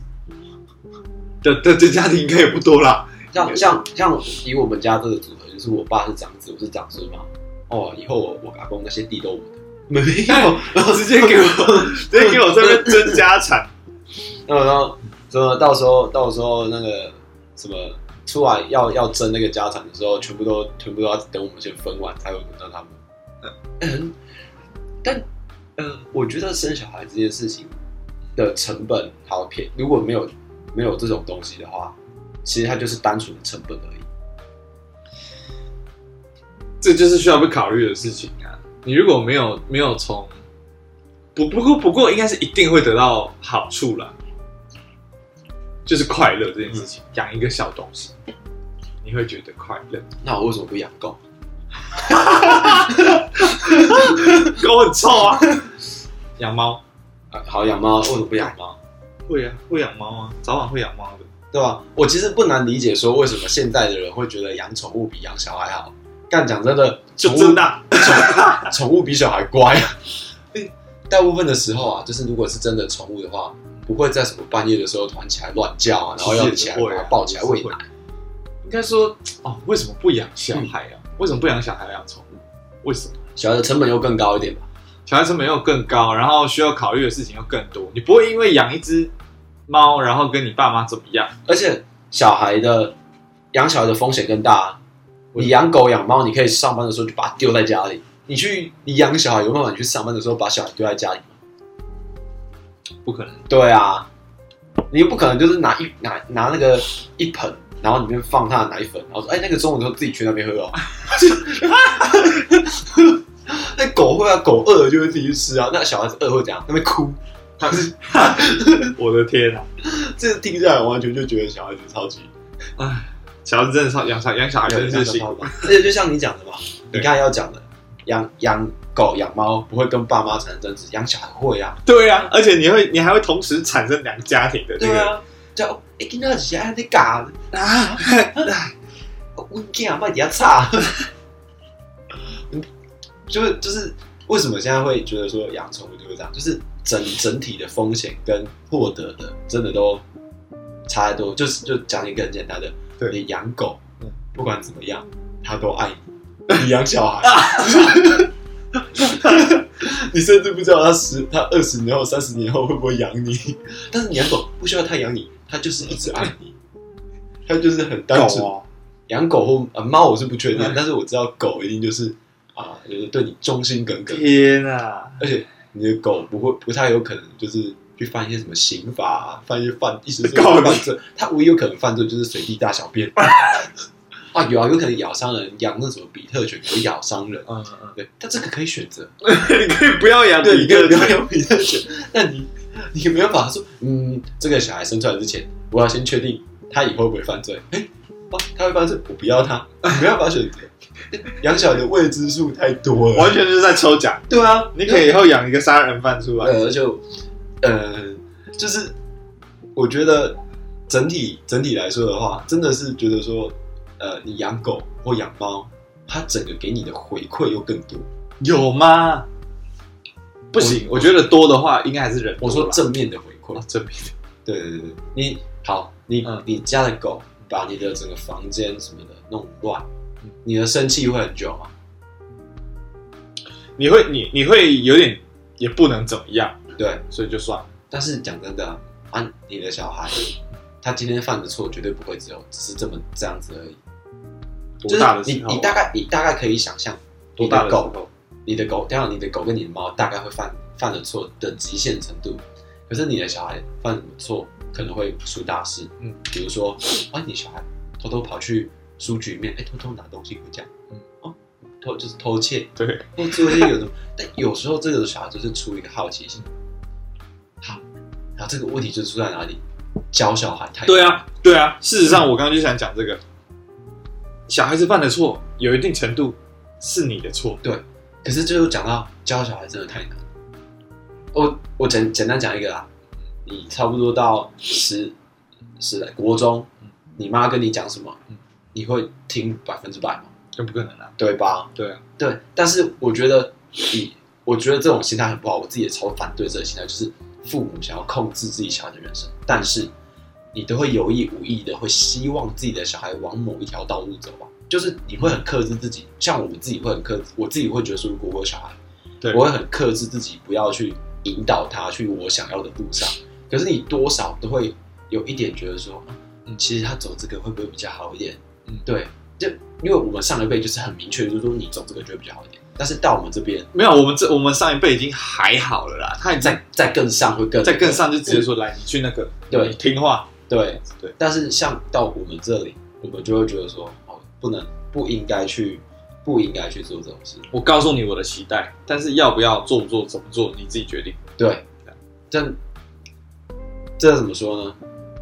[SPEAKER 2] 的的的家庭应该也不多 啦。
[SPEAKER 1] 像像像以我们家这个组合，就是我爸是长子，我是长孙嘛。哦，以后我我阿公那些地都我的， 没有。
[SPEAKER 2] 然后直接给 我，直接给我这边争家产。
[SPEAKER 1] 然后然后什么到时候到时候那个什么出来要要争那个家产的时候，全部都全部都要等我们先分完才有轮到他们。嗯，但呃，我觉得生小孩这件事情的成本好便宜，如果没有没有这种东西的话，其实它就是单纯的成本而已。
[SPEAKER 2] 这就是需要被考虑的事情啊。你如果没有没有从不不过不过应该是一定会得到好处啦，就是快乐这件事情，养、一个小东西，你会觉得快 乐。
[SPEAKER 1] 那我为什么不养狗？
[SPEAKER 2] 狗很臭啊， 养猫
[SPEAKER 1] 啊好养猫，为什么不养猫？
[SPEAKER 2] 会啊，会养猫啊，早晚会养猫的。
[SPEAKER 1] 对吧？我其实不难理解，说为什么现在的人会觉得养宠物比养小孩好。但讲真的，
[SPEAKER 2] 就
[SPEAKER 1] 宠物
[SPEAKER 2] 真的啊、
[SPEAKER 1] 宠 宠物比小孩乖啊。 大部分的时候啊，就是如果是真的宠物的话，不会在什么半夜的时候团起来乱叫啊，然后要起来
[SPEAKER 2] 其实也是会
[SPEAKER 1] 把
[SPEAKER 2] 啊
[SPEAKER 1] 它抱起来喂
[SPEAKER 2] 也是
[SPEAKER 1] 奶。
[SPEAKER 2] 会应该说哦，为什么不养小孩啊？为什么不养小孩要养宠物？为什么？
[SPEAKER 1] 小孩的成本又更高一点吧？
[SPEAKER 2] 小孩成本又更高，然后需要考虑的事情又更多。你不会因为养一只猫，然后跟你爸妈怎么样？
[SPEAKER 1] 而且小孩的养小孩的风险更大啊。
[SPEAKER 2] 为什么
[SPEAKER 1] 你养狗养猫，你可以上班的时候就把它丢在家里。你去你养小孩有办法？你去上班的时候把小孩丢在家里吗？
[SPEAKER 2] 不可能。
[SPEAKER 1] 对啊，你不可能就是拿一拿拿那个一盆，然后里面放他的奶粉，然后说：“哎、那个中午的时候自己去那边喝哦。” 那狗会啊，狗饿了就会自己去吃啊。那小孩子饿会怎样？那边哭。他 是
[SPEAKER 2] 我的天啊！
[SPEAKER 1] 这听下来，我完全就觉得小孩子超级
[SPEAKER 2] 唉，小孩子真的超养小养小孩
[SPEAKER 1] 啊
[SPEAKER 2] 真的是辛苦。。
[SPEAKER 1] 而且就像你讲的嘛，你
[SPEAKER 2] 对
[SPEAKER 1] 刚才要讲的，养养狗养猫不会跟爸妈产生争执，养小孩会啊。
[SPEAKER 2] 对啊， 而且你会你还会同时产生两个家庭的那
[SPEAKER 1] 对
[SPEAKER 2] 个
[SPEAKER 1] 啊，就哎，今仔是安尼教，
[SPEAKER 2] 啊，
[SPEAKER 1] 阮囝卖底下差。 就是就是为什么现在会觉得说养宠物就会这样？就是整整体的风险跟获得的真的都差太多。就是就讲一个很简单的，
[SPEAKER 2] 对
[SPEAKER 1] 你养狗
[SPEAKER 2] 嗯，
[SPEAKER 1] 不管怎么样，它都爱你。 你养小孩，你甚至不知道它十、它二十年后、三十年后会不会养你。但是你养狗不需要它养你，它就是一直爱你，它就是很单纯。
[SPEAKER 2] 狗啊
[SPEAKER 1] 养狗或呃猫我是不确定
[SPEAKER 2] 嗯，
[SPEAKER 1] 但是我知道狗一定就是啊，就是对你忠心耿耿，
[SPEAKER 2] 天啊！
[SPEAKER 1] 而且你的狗不会不太有可能就是去犯一些什么刑法、啊，犯一些犯一时之间
[SPEAKER 2] 告你
[SPEAKER 1] 犯罪，它唯一有可能犯罪就是随地大小 便。啊，有啊，有可能咬伤人，养那什么比特犬可以咬伤人，
[SPEAKER 2] 嗯嗯，
[SPEAKER 1] 对，但这个可以选择，
[SPEAKER 2] 你可以不要 养
[SPEAKER 1] 对，
[SPEAKER 2] 比
[SPEAKER 1] 你可
[SPEAKER 2] 特
[SPEAKER 1] 以不要
[SPEAKER 2] 犬，
[SPEAKER 1] 养比特 犬，但你你没有办法说，嗯，这个小孩生出来之前，我要先确定他以后会不会犯罪。哎、哇他会犯罪，我不要他，没办法选择。养小孩的未知数太多了，
[SPEAKER 2] 完全就是在抽奖。
[SPEAKER 1] 对啊，
[SPEAKER 2] 你可以以后养一个杀人犯出来，
[SPEAKER 1] 呃，就呃，就是我觉得整体整体来说的话，真的是觉得说，呃，你养狗或养猫，它整个给你的回馈又更多。
[SPEAKER 2] 有吗？不行，我觉得多的话应该还是人多
[SPEAKER 1] 我
[SPEAKER 2] 啦。
[SPEAKER 1] 说正面的回馈
[SPEAKER 2] 哦，，这边
[SPEAKER 1] 对对对，对，你好，你、
[SPEAKER 2] 嗯
[SPEAKER 1] 你家的狗把你的整个房间什么的弄乱
[SPEAKER 2] 嗯，
[SPEAKER 1] 你的生气会很久吗？
[SPEAKER 2] 你会你你会有点也不能怎么样，
[SPEAKER 1] 对，
[SPEAKER 2] 所以就算了。
[SPEAKER 1] 但是讲真的啊啊，你的小孩他今天犯的错绝对不会只有只是这么这样子而已。
[SPEAKER 2] 多大的
[SPEAKER 1] 就是
[SPEAKER 2] 时
[SPEAKER 1] 你
[SPEAKER 2] 候？啊
[SPEAKER 1] 你大概你大概可以想象，
[SPEAKER 2] 多大的
[SPEAKER 1] 你
[SPEAKER 2] 时
[SPEAKER 1] 的狗
[SPEAKER 2] 候？
[SPEAKER 1] 你的狗，当然你的狗跟你的猫大概会犯犯的错的极限程度，可是你的小孩犯什么错可能会出大事。
[SPEAKER 2] 嗯，
[SPEAKER 1] 比如说， 啊，你小孩偷偷跑去书局里面，哎、偷偷拿东西回家，
[SPEAKER 2] 嗯
[SPEAKER 1] 嗯，哦，偷就是偷窃，
[SPEAKER 2] 对，
[SPEAKER 1] 或做一些有什么，但有时候这个小孩就是出于一个好奇心。好，然后这个问题就出在哪里？教小孩太
[SPEAKER 2] 对啊，对啊。事实上，我刚刚就想讲这个，小孩子犯的错有一定程度是你的错，
[SPEAKER 1] 可是就是讲到教小孩真的太难。我我简简单讲一个啦，你差不多到十十来国中
[SPEAKER 2] 嗯，
[SPEAKER 1] 你妈跟你讲什么
[SPEAKER 2] 嗯，
[SPEAKER 1] 你会听百分之百吗？
[SPEAKER 2] 更不可能啊。
[SPEAKER 1] 对吧？
[SPEAKER 2] 对啊，
[SPEAKER 1] 对，但是我觉得以我觉得这种心态很不好，我自己也超反对这个心态，就是父母想要控制自己小孩的人生，但是你都会有意无意的会希望自己的小孩往某一条道路走吧，就是你会很克制自己，像我们自己会很克制，我自己会觉得说，如果我有小孩。
[SPEAKER 2] 对，
[SPEAKER 1] 我会很克制自己，不要去引导他去我想要的路上。可是你多少都会有一点觉得说，啊
[SPEAKER 2] 嗯
[SPEAKER 1] 其实他走这个会不会比较好一点？
[SPEAKER 2] 嗯
[SPEAKER 1] 对，就因为我们上一辈就是很明确，就是说你走这个就会比较好一点。但是到我们这边，
[SPEAKER 2] 没有，我们这我们上一辈已经还好了啦，他也在
[SPEAKER 1] 再再更上会更
[SPEAKER 2] 在更上就直接说来，你去那个，
[SPEAKER 1] 对
[SPEAKER 2] 你听话，
[SPEAKER 1] 对。
[SPEAKER 2] 对，
[SPEAKER 1] 但是像到我们这里，我们就会觉得说，哦，不能不应该去不不应该去做这种事。
[SPEAKER 2] 我告诉你我的期待，但是要不要做不做、怎么做，你自己决定。
[SPEAKER 1] 对，但这怎么说呢？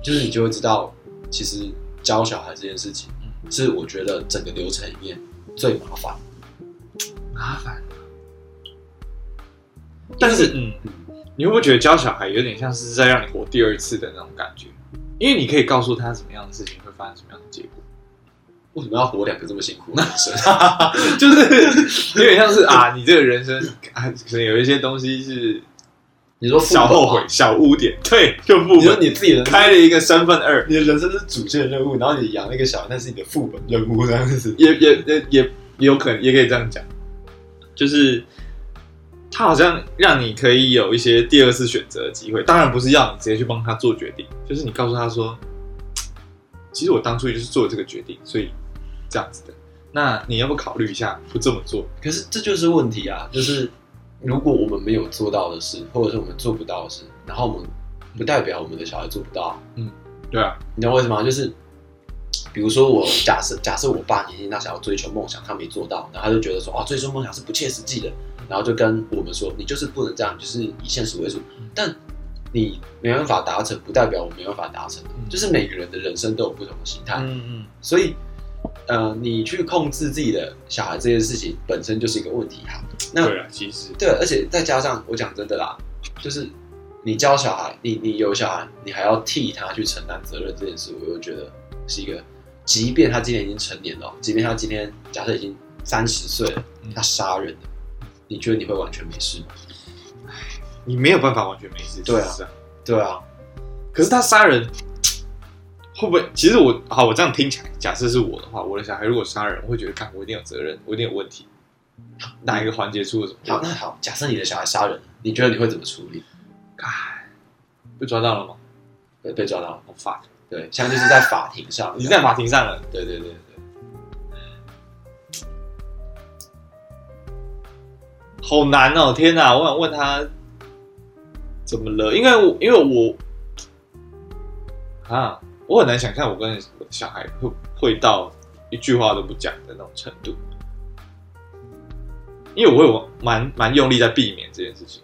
[SPEAKER 1] 就是你就会知道，其实教小孩这件事情
[SPEAKER 2] 嗯
[SPEAKER 1] 是我觉得整个流程里面最麻烦。
[SPEAKER 2] 麻烦。但是，嗯，你会不会觉得教小孩有点像是在让你活第二次的那种感觉？因为你可以告诉他什么样的事情会发生什么样的结 果，
[SPEAKER 1] 为什么要活两个这么辛苦的人生？
[SPEAKER 2] 就是有点像是啊，你这个人生啊，可能有一些东西是
[SPEAKER 1] 你说父母
[SPEAKER 2] 小
[SPEAKER 1] 啊
[SPEAKER 2] 后悔、，小污点，对，就不
[SPEAKER 1] 你说
[SPEAKER 2] 悔，
[SPEAKER 1] 你自己的
[SPEAKER 2] 开了一个三分二，
[SPEAKER 1] 你的人生是主线任务，然后你养那个小孩，那是你的副本任务这样子。
[SPEAKER 2] 也也也也有可能，也可以这样讲，就是他好像让你可以有一些第二次选择的机会。当然不是要你直接去帮他做决定，就是你告诉他说，其实我当初就是做这个决定，所以这样子的。那你要不考虑一下，不这么做？
[SPEAKER 1] 可是这就是问题啊，就是如果我们没有做到的事，或者是我们做不到的事，然后我们不代表我们的小孩做不到啊，
[SPEAKER 2] 对啊，
[SPEAKER 1] 你知道为什么吗？就是比如说我假设假设我爸年轻大想要追求梦想，他没做到，然后他就觉得说哦，追求梦想是不切实际的，然后就跟我们说你就是不能这样，你就是以现实为主，
[SPEAKER 2] 嗯
[SPEAKER 1] 但。你没办法达成，不代表我没办法达成。
[SPEAKER 2] 嗯
[SPEAKER 1] 就是每个人的人生都有不同的心态，
[SPEAKER 2] 嗯嗯，
[SPEAKER 1] 所以，呃，你去控制自己的小孩这件事情本身就是一个问题哈。那
[SPEAKER 2] 对啊，其实
[SPEAKER 1] 对，而且再加上我讲真的啦，就是你教小孩，你你有小孩，你还要替他去承担责任这件事，我又觉得是一个，即便他今年已经成年了，即便他今天假设已经三十岁了
[SPEAKER 2] 嗯，
[SPEAKER 1] 他杀人了，你觉得你会完全没事吗？
[SPEAKER 2] 你没有办法完全没事。
[SPEAKER 1] 对啊
[SPEAKER 2] 是
[SPEAKER 1] 对啊，
[SPEAKER 2] 可是他杀人会不会？其实我好，我这样听起来，假设是我的话，我的小孩如果杀人，我会觉得，看我一定有责任，我一定有问题，哪一个环节出了什么
[SPEAKER 1] 好，
[SPEAKER 2] 问题？
[SPEAKER 1] 那好，假设你的小孩杀人，你觉得你会怎么处理？
[SPEAKER 2] 哎，被抓到了吗？
[SPEAKER 1] 被被抓到？
[SPEAKER 2] 我、oh, fuck！
[SPEAKER 1] 对，现在就是在法庭上，
[SPEAKER 2] 你在法庭上了，
[SPEAKER 1] 对对对对。
[SPEAKER 2] 好难哦！天哪，我想问他怎么了，因为我因为我啊，我很难想象我跟我的小孩会会到一句话都不讲的那种程度，因为我有蛮蛮用力在避免这件事情。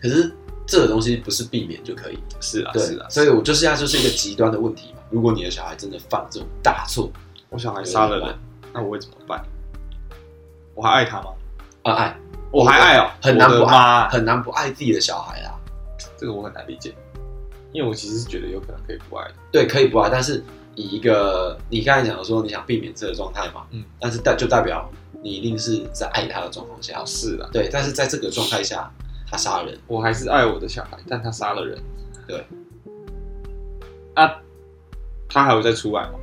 [SPEAKER 1] 可是这个东西不是避免就可以，
[SPEAKER 2] 是啊，
[SPEAKER 1] 对，
[SPEAKER 2] 是啊，
[SPEAKER 1] 所以我就是要就是一个极端的问题嘛。如果你的小孩真的犯这种大错，
[SPEAKER 2] 我小孩杀了人，那我会怎么办？我还爱他吗？
[SPEAKER 1] 啊爱
[SPEAKER 2] 我还爱哦，
[SPEAKER 1] 很难
[SPEAKER 2] 我
[SPEAKER 1] 不
[SPEAKER 2] 的妈
[SPEAKER 1] 爱，，很难不爱自己的小孩啊。
[SPEAKER 2] 这个我很难理解，因为我其实是觉得有可能可以不爱的。
[SPEAKER 1] 对，可以不爱，但是以一个你刚才讲的说你想避免这个状态嘛，
[SPEAKER 2] 嗯，
[SPEAKER 1] 但是代就代表你一定是在爱他的状况下，
[SPEAKER 2] 是啊，
[SPEAKER 1] 对，但是在这个状态下他杀人，
[SPEAKER 2] 我还是爱我的小孩，但他杀了人。
[SPEAKER 1] 对，
[SPEAKER 2] 啊，他还有再出来吗？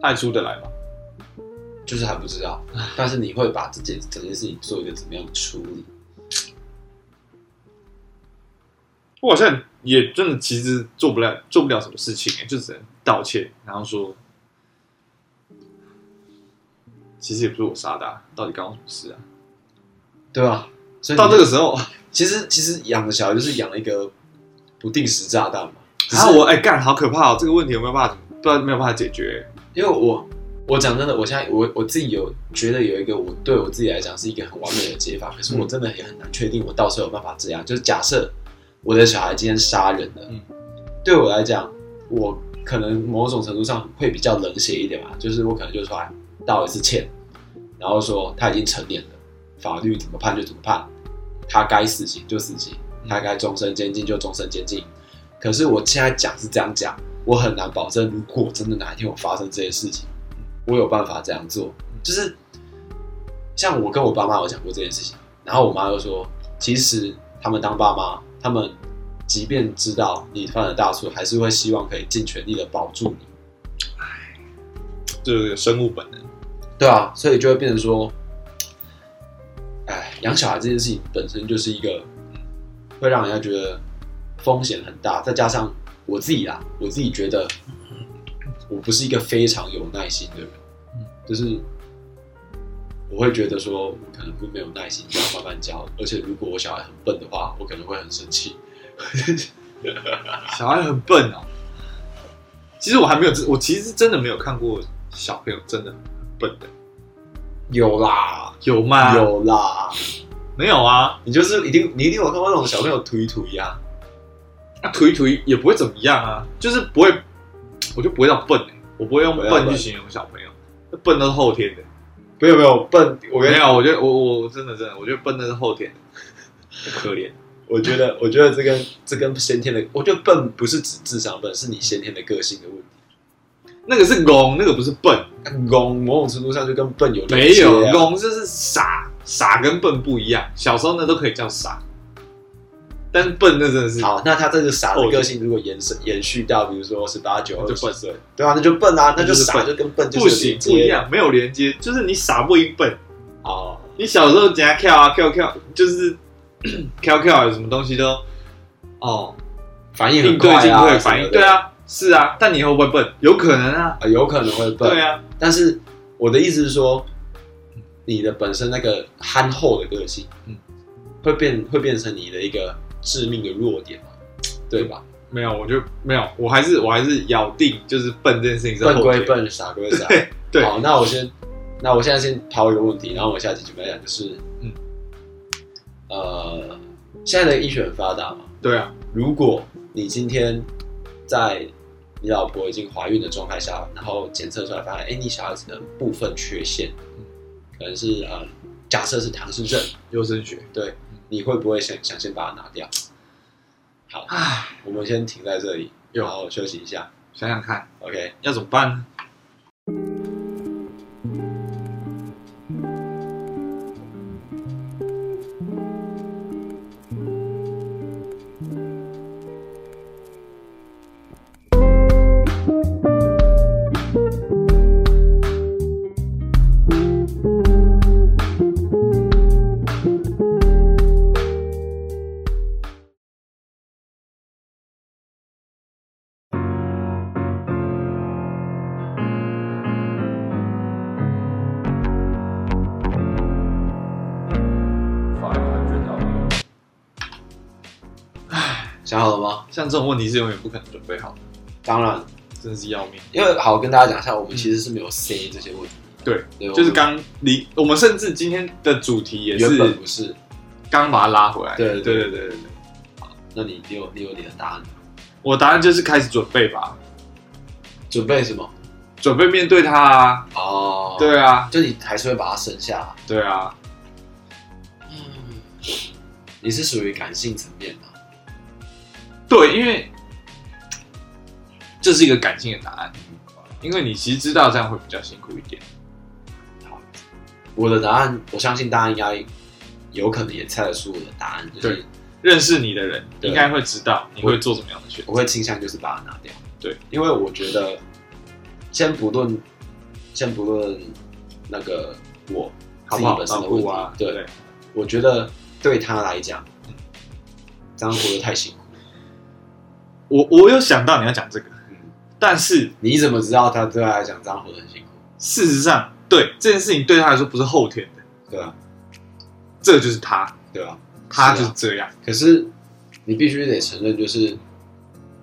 [SPEAKER 2] 他还出得来吗？
[SPEAKER 1] 就是还不知道，但是你会把这件整件事情做一个怎么样的处理？
[SPEAKER 2] 我好像也真的其实做不了做不了什么事情、就只能道歉，然后说，其实也不是我杀的、啊，到底干我什么事啊？
[SPEAKER 1] 对吧？所以
[SPEAKER 2] 到
[SPEAKER 1] 你
[SPEAKER 2] 这个时候，
[SPEAKER 1] 其实其实养的小孩就是养了一个不定时炸弹嘛。只
[SPEAKER 2] 然
[SPEAKER 1] 是
[SPEAKER 2] 后我哎干、好可怕哦！这个问题有没有办法？不知道没有办法解决。
[SPEAKER 1] 因为我我讲真的，我现在我我自己有觉得有一个我对我自己来讲是一个很完美的解法，可是我真的也很难确定我到时候有办法这样。就是假设我的小孩今天杀人了，
[SPEAKER 2] 嗯
[SPEAKER 1] 对我来讲，我可能某种程度上会比较冷血一点吧，就是我可能就说哎道一次歉，然后说他已经成年了，法律怎么判就怎么判，他该死刑就死刑，他该终身监禁就终身监禁。可是我现在讲是这样讲，我很难保证，如果真的哪一天我发生这些事情，我有办法这样做。就是像我跟我爸妈有讲过这件事情，然后我妈就说，其实他们当爸妈，他们即便知道你犯了大错，还是会希望可以尽全力的保住你。
[SPEAKER 2] 这个生物本能，
[SPEAKER 1] 对啊，所以就会变成说，哎，养小孩这件事情本身就是一个嗯会让人家觉得风险很大，再加上我自己啦，我自己觉得我不是一个非常有耐心的人
[SPEAKER 2] 嗯，
[SPEAKER 1] 就是我会觉得说，我可能会没有耐心这样慢慢教，而且如果我小孩很笨的话，我可能会很生气。
[SPEAKER 2] 小孩很笨哦。其实我还没有真，我其实真的没有看过小朋友真的很笨的。
[SPEAKER 1] 有啦，
[SPEAKER 2] 有吗？
[SPEAKER 1] 有啦，
[SPEAKER 2] 没有啊？
[SPEAKER 1] 你就是一定你一定有看过那种小朋友推推呀，
[SPEAKER 2] 那啊涂一涂也不会怎么样啊，就是不会，我就不会到笨、欸，我不会用
[SPEAKER 1] 不会到
[SPEAKER 2] 笨去
[SPEAKER 1] 笨
[SPEAKER 2] 形容小朋友，那笨都是后天的。
[SPEAKER 1] 没有没有笨，我跟
[SPEAKER 2] 没
[SPEAKER 1] 你
[SPEAKER 2] 有，我觉得我我我真的真的，我觉得笨那是后天的， 可怜。
[SPEAKER 1] 我觉得我觉得这跟这跟先天的，我觉得笨不是指智商笨，是你先天的个性的问题。
[SPEAKER 2] 那个是戆，那个不是笨，
[SPEAKER 1] 拱某种程度上就跟笨有
[SPEAKER 2] 嗯没有
[SPEAKER 1] 连接啊
[SPEAKER 2] 戆，这是傻，傻跟笨不一样。小时候呢都可以叫傻，但是笨那真的是
[SPEAKER 1] 好，那他这个傻的
[SPEAKER 2] 哦
[SPEAKER 1] 个性如果延伸延续到，比如说十八九
[SPEAKER 2] 那
[SPEAKER 1] 二
[SPEAKER 2] 就
[SPEAKER 1] 十
[SPEAKER 2] 笨
[SPEAKER 1] 岁，对啊，那就笨啊，那
[SPEAKER 2] 那
[SPEAKER 1] 就
[SPEAKER 2] 就是
[SPEAKER 1] 傻，
[SPEAKER 2] 笨
[SPEAKER 1] 就跟笨就是
[SPEAKER 2] 不
[SPEAKER 1] 有
[SPEAKER 2] 行
[SPEAKER 1] 连接
[SPEAKER 2] 不一样，没有连接，就是你傻不赢笨。
[SPEAKER 1] 哦。
[SPEAKER 2] 你小时候怎样跳啊跳跳，就是 跳跳有什么东西都哦
[SPEAKER 1] 反应
[SPEAKER 2] 应
[SPEAKER 1] 很
[SPEAKER 2] 对
[SPEAKER 1] 快
[SPEAKER 2] 进
[SPEAKER 1] 啊，
[SPEAKER 2] 退反应，对，啊是啊，但你以后会不会笨？有可能啊，
[SPEAKER 1] 啊，有可能会笨，
[SPEAKER 2] 对啊，
[SPEAKER 1] 但是我的意思是说，你的本身那个憨厚的个性，
[SPEAKER 2] 嗯
[SPEAKER 1] 会变会变成你的一个致命的弱点嘛，对吧？
[SPEAKER 2] 没有，我就没有，我还是我还是咬定就是笨这件事情是后
[SPEAKER 1] 笨归
[SPEAKER 2] 天，
[SPEAKER 1] 笨，傻归傻。
[SPEAKER 2] 对
[SPEAKER 1] 好，那我先，那我现在先抛一个问题，然后我下期准备讲就是，
[SPEAKER 2] 嗯，
[SPEAKER 1] 呃，现在的医学很发达嘛，
[SPEAKER 2] 对啊，
[SPEAKER 1] 如果你今天在你老婆已经怀孕的状态下，然后检测出来发现，哎、你小孩子的部分缺陷，
[SPEAKER 2] 嗯
[SPEAKER 1] 可能是呃，假设是唐氏症，
[SPEAKER 2] 优生学，
[SPEAKER 1] 对，
[SPEAKER 2] 嗯
[SPEAKER 1] 你会不会想想先把它拿掉？好，
[SPEAKER 2] 唉，
[SPEAKER 1] 我们先停在这里，
[SPEAKER 2] 有
[SPEAKER 1] 然后休息一下。
[SPEAKER 2] 想想看
[SPEAKER 1] OK，
[SPEAKER 2] 要怎么办呢？
[SPEAKER 1] 想好了吗？
[SPEAKER 2] 像这种问题是永远不可能准备好的，
[SPEAKER 1] 当然，
[SPEAKER 2] 真是要命。
[SPEAKER 1] 因为好跟大家讲一下，我们其实是没有 C 这些问题，
[SPEAKER 2] 对，
[SPEAKER 1] 对，
[SPEAKER 2] 嗯就是
[SPEAKER 1] 我们
[SPEAKER 2] 刚离我们甚至今天的主题也
[SPEAKER 1] 原本
[SPEAKER 2] 是
[SPEAKER 1] 不是。
[SPEAKER 2] 刚把它拉回来。
[SPEAKER 1] 对
[SPEAKER 2] 对对
[SPEAKER 1] 对
[SPEAKER 2] 对对对，
[SPEAKER 1] 那你你有你有你的答案吗，
[SPEAKER 2] 我答案就是开始准备吧，
[SPEAKER 1] 准备什么？
[SPEAKER 2] 准备面对它啊。
[SPEAKER 1] 哦，，
[SPEAKER 2] 对啊，
[SPEAKER 1] 就你还是会把它生下来。
[SPEAKER 2] 对啊，
[SPEAKER 1] 嗯，你是属于感性层面的、
[SPEAKER 2] 对，因为这是一个感性的答案，因为你其实知道这样会比较辛苦一点。
[SPEAKER 1] 我的答案，我相信大家应该有可能也猜得出我的答案，就是
[SPEAKER 2] 对认识你的人
[SPEAKER 1] 对
[SPEAKER 2] 应该会知道你会做怎么样的选择。
[SPEAKER 1] 我会倾向就是把它拿掉。
[SPEAKER 2] 对，
[SPEAKER 1] 因为我觉得，先不论，先不论那个我
[SPEAKER 2] 好
[SPEAKER 1] 自己
[SPEAKER 2] 不好？
[SPEAKER 1] 本身
[SPEAKER 2] 照
[SPEAKER 1] 的问
[SPEAKER 2] 顾
[SPEAKER 1] 题，
[SPEAKER 2] 啊，
[SPEAKER 1] 对，我觉得对他来讲，这样活得太辛苦。
[SPEAKER 2] 我我有想到你要讲这个，
[SPEAKER 1] 嗯，
[SPEAKER 2] 但是
[SPEAKER 1] 你怎么知道他对他来讲这样活得很辛苦？
[SPEAKER 2] 事实上，对这件事情对他来说不是后天的，
[SPEAKER 1] 对啊，
[SPEAKER 2] 这就是他，
[SPEAKER 1] 对啊，
[SPEAKER 2] 他
[SPEAKER 1] 是
[SPEAKER 2] 就
[SPEAKER 1] 啊
[SPEAKER 2] 是这样。
[SPEAKER 1] 可是你必须得承认，就是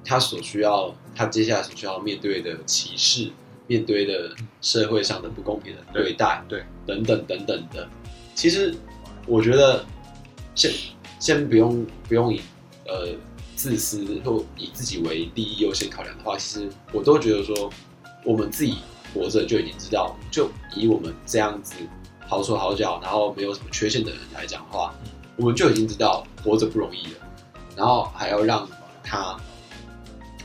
[SPEAKER 1] 他所需要，他接下来所需要面对的歧视，面对的社会上的不公平的对待，
[SPEAKER 2] 对
[SPEAKER 1] 等等等等的。其实我觉得先先不用不用以呃自私或以自己为第一优先考量的话，其实我都觉得说，我们自己活着就已经知道，就以我们这样子好手好脚，然后没有什么缺陷的人来讲话，我们就已经知道活着不容易了，然后还要让他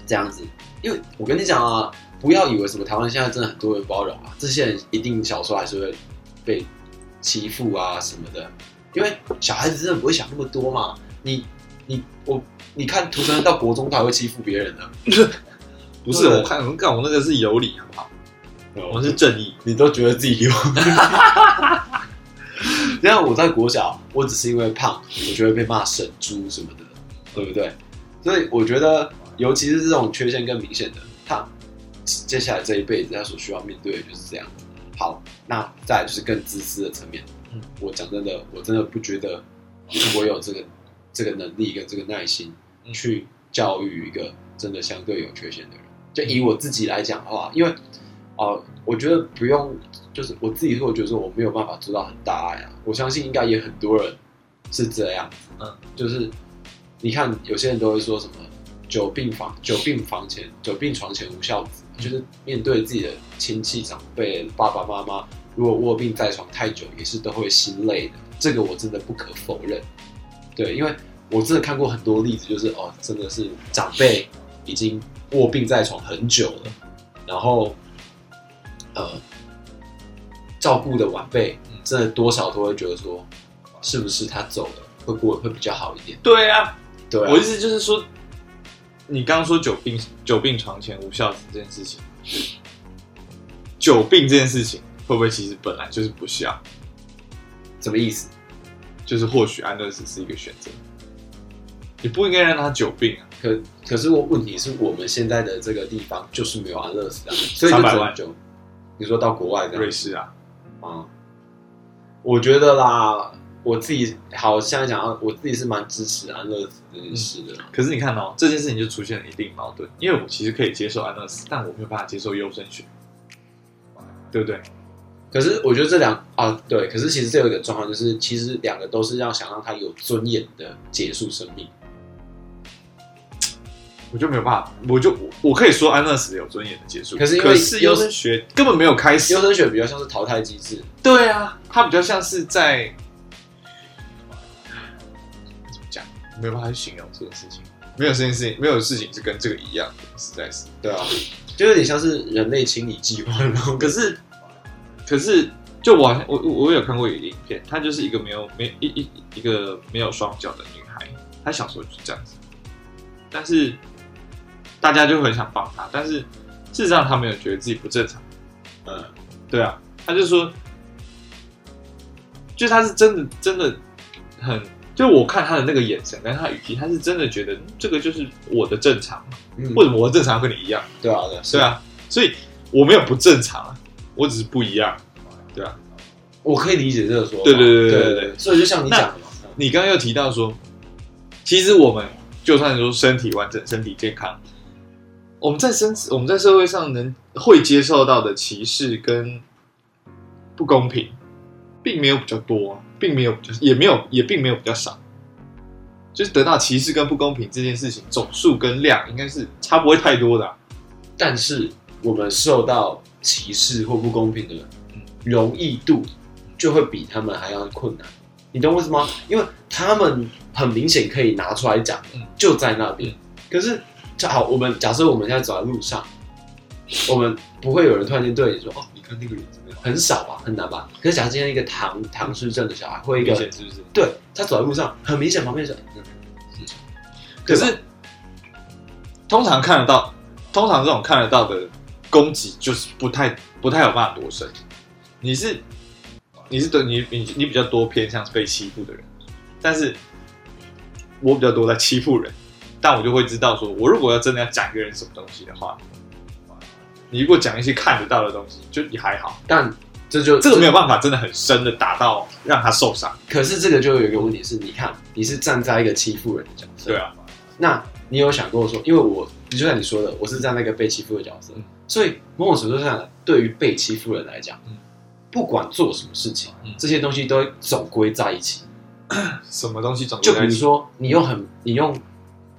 [SPEAKER 1] 这样子，因为我跟你讲啊，不要以为什么台湾现在真的很多人包容啊，这些人一定小时候还是会被欺负啊什么的，因为小孩子真的不会想那么多嘛，你你我你看涂成到国中他还会欺负别人的，
[SPEAKER 2] 不是，
[SPEAKER 1] 对
[SPEAKER 2] 我啊看我看我那个是有理，好不啊好？我是正义，
[SPEAKER 1] 你都觉得自己有。 然后我在国小，我只是因为胖，我就会被骂神猪什么的，对不对？所以我觉得，尤其是这种缺陷更明显的，他接下来这一辈子他所需要面对的就是这样。好，那再来就是更自私的层面
[SPEAKER 2] 嗯。
[SPEAKER 1] 我讲真的，我真的不觉得我有这个这个能力跟这个耐心
[SPEAKER 2] 嗯嗯
[SPEAKER 1] 去教育一个真的相对有缺陷的人。就以我自己来讲的话，因为哦，我觉得不用，就是我自己是我觉得说我没有办法做到很大爱啊，我相信应该也很多人是这样子，
[SPEAKER 2] 嗯，
[SPEAKER 1] 就是你看有些人都会说什么久病房久病房前久病床前无孝子，就是面对自己的亲戚长辈爸爸妈妈，如果卧病在床太久，也是都会心累的，这个我真的不可否认，对，因为我真的看过很多例子，就是哦，真的是长辈已经卧病在床很久了，然后呃，照顾的晚辈
[SPEAKER 2] 嗯
[SPEAKER 1] 真的多少都会觉得说，是不是他走了会过得会比较好一点？
[SPEAKER 2] 对啊，
[SPEAKER 1] 对啊
[SPEAKER 2] 我意思就是说，你刚刚说久病久病床前无孝子这件事情，久病这件事情会不会其实本来就是不孝？
[SPEAKER 1] 什么意思？
[SPEAKER 2] 就是或许安乐死是一个选择，你不应该让他久病啊。
[SPEAKER 1] 可可是我问题是我们现在的这个地方就是没有安乐死啊，所以就
[SPEAKER 2] 300
[SPEAKER 1] 只能
[SPEAKER 2] 万
[SPEAKER 1] 就你说到国外这
[SPEAKER 2] 瑞
[SPEAKER 1] 样
[SPEAKER 2] 士啊，
[SPEAKER 1] 啊、我觉得啦，我自己好现在讲到，我自己是蛮支持安乐死这件事的。
[SPEAKER 2] 可是你看哦，这件事情就出现了一定矛盾，因为我其实可以接受安乐死，但我没有办法接受优生学，对不对？
[SPEAKER 1] 可是我觉得这两啊，对，可是其实这有一个状况，就是其实两个都是要想让他有尊严的结束生命。
[SPEAKER 2] 我就没有办法，我就我我可以说安乐死有尊严的结束，
[SPEAKER 1] 可是因为
[SPEAKER 2] 可是优生学根本没有开始
[SPEAKER 1] 优，生学比较像是淘汰机制，
[SPEAKER 2] 对啊，它比较像是在怎么讲，没有办法去形容这件事情，没有这件事情，没有事情是跟这个一样的，实在是。
[SPEAKER 1] 对啊，就有点像是人类清理计划那种。
[SPEAKER 2] 可是，可是，就我好像我我我有看过一个影片，她就是一个没有没一一一个没有双脚的女孩，她小时候就是这样子，但是大家就很想帮她，但是事实上她没有觉得自己不正常，
[SPEAKER 1] 嗯，
[SPEAKER 2] 对啊，她就说，就是她是真的真的很，就我看她的那个眼神跟她的语气，她是真的觉得嗯这个就是我的正常，
[SPEAKER 1] 嗯
[SPEAKER 2] 为什么我的正常要跟你一样？
[SPEAKER 1] 对啊，对啊，是
[SPEAKER 2] 对，啊，所以我没有不正常啊，我只是不一样。对啊，
[SPEAKER 1] 我可以理解这个说法。
[SPEAKER 2] 对对对
[SPEAKER 1] 对
[SPEAKER 2] 对
[SPEAKER 1] 对
[SPEAKER 2] 对
[SPEAKER 1] 所以就像你讲的嘛，
[SPEAKER 2] 你刚刚又提到说，其实我们就算说身体完整、身体健康，我们在身我们在社会上能会接受到的歧视跟不公平，并没有比较多啊，并没有比较也没有也并没有比较少。就是得到歧视跟不公平这件事情，总数跟量应该是差不会太多的啊、
[SPEAKER 1] 但是我们受到歧视或不公平的
[SPEAKER 2] 嗯
[SPEAKER 1] 容易度，就会比他们还要困难。你懂我意思吗？因为他们很明显可以拿出来讲
[SPEAKER 2] 嗯，
[SPEAKER 1] 就在那边。可是，就好，我们假设我们现在走在路上，我们不会有人突然间对你说：“哦，
[SPEAKER 2] 你看那个人怎么样？
[SPEAKER 1] 很少吧，很难吧。可是假设今天一个唐唐氏症的小孩，或一
[SPEAKER 2] 明
[SPEAKER 1] 个
[SPEAKER 2] 显是不是？
[SPEAKER 1] 对他走在路上，很明显旁边是，
[SPEAKER 2] 可是通常看得到，通常这种看得到的攻击就是不太不太有办法躲身。你是你是对你你你比较多偏向被欺负的人，但是我比较多在欺负人，但我就会知道说，我如果要真的要讲一个人什么东西的话，你如果讲一些看得到的东西，就也还好。
[SPEAKER 1] 但这就
[SPEAKER 2] 这个没有办法，真的很深的打到让他受伤。
[SPEAKER 1] 可是这个就有一个问题是，你看你是站在一个欺负人的角色，
[SPEAKER 2] 对啊，
[SPEAKER 1] 那你有想过说，因为我就像你说的，我是站在一个被欺负的角色，
[SPEAKER 2] 嗯
[SPEAKER 1] 所以某种程度上，对于被欺负人来讲，
[SPEAKER 2] 嗯
[SPEAKER 1] 不管做什么事情，
[SPEAKER 2] 嗯
[SPEAKER 1] 这些东西都会总归在一起。
[SPEAKER 2] 什么东西总
[SPEAKER 1] 就比
[SPEAKER 2] 在一
[SPEAKER 1] 如
[SPEAKER 2] 起
[SPEAKER 1] 说，你用很你用，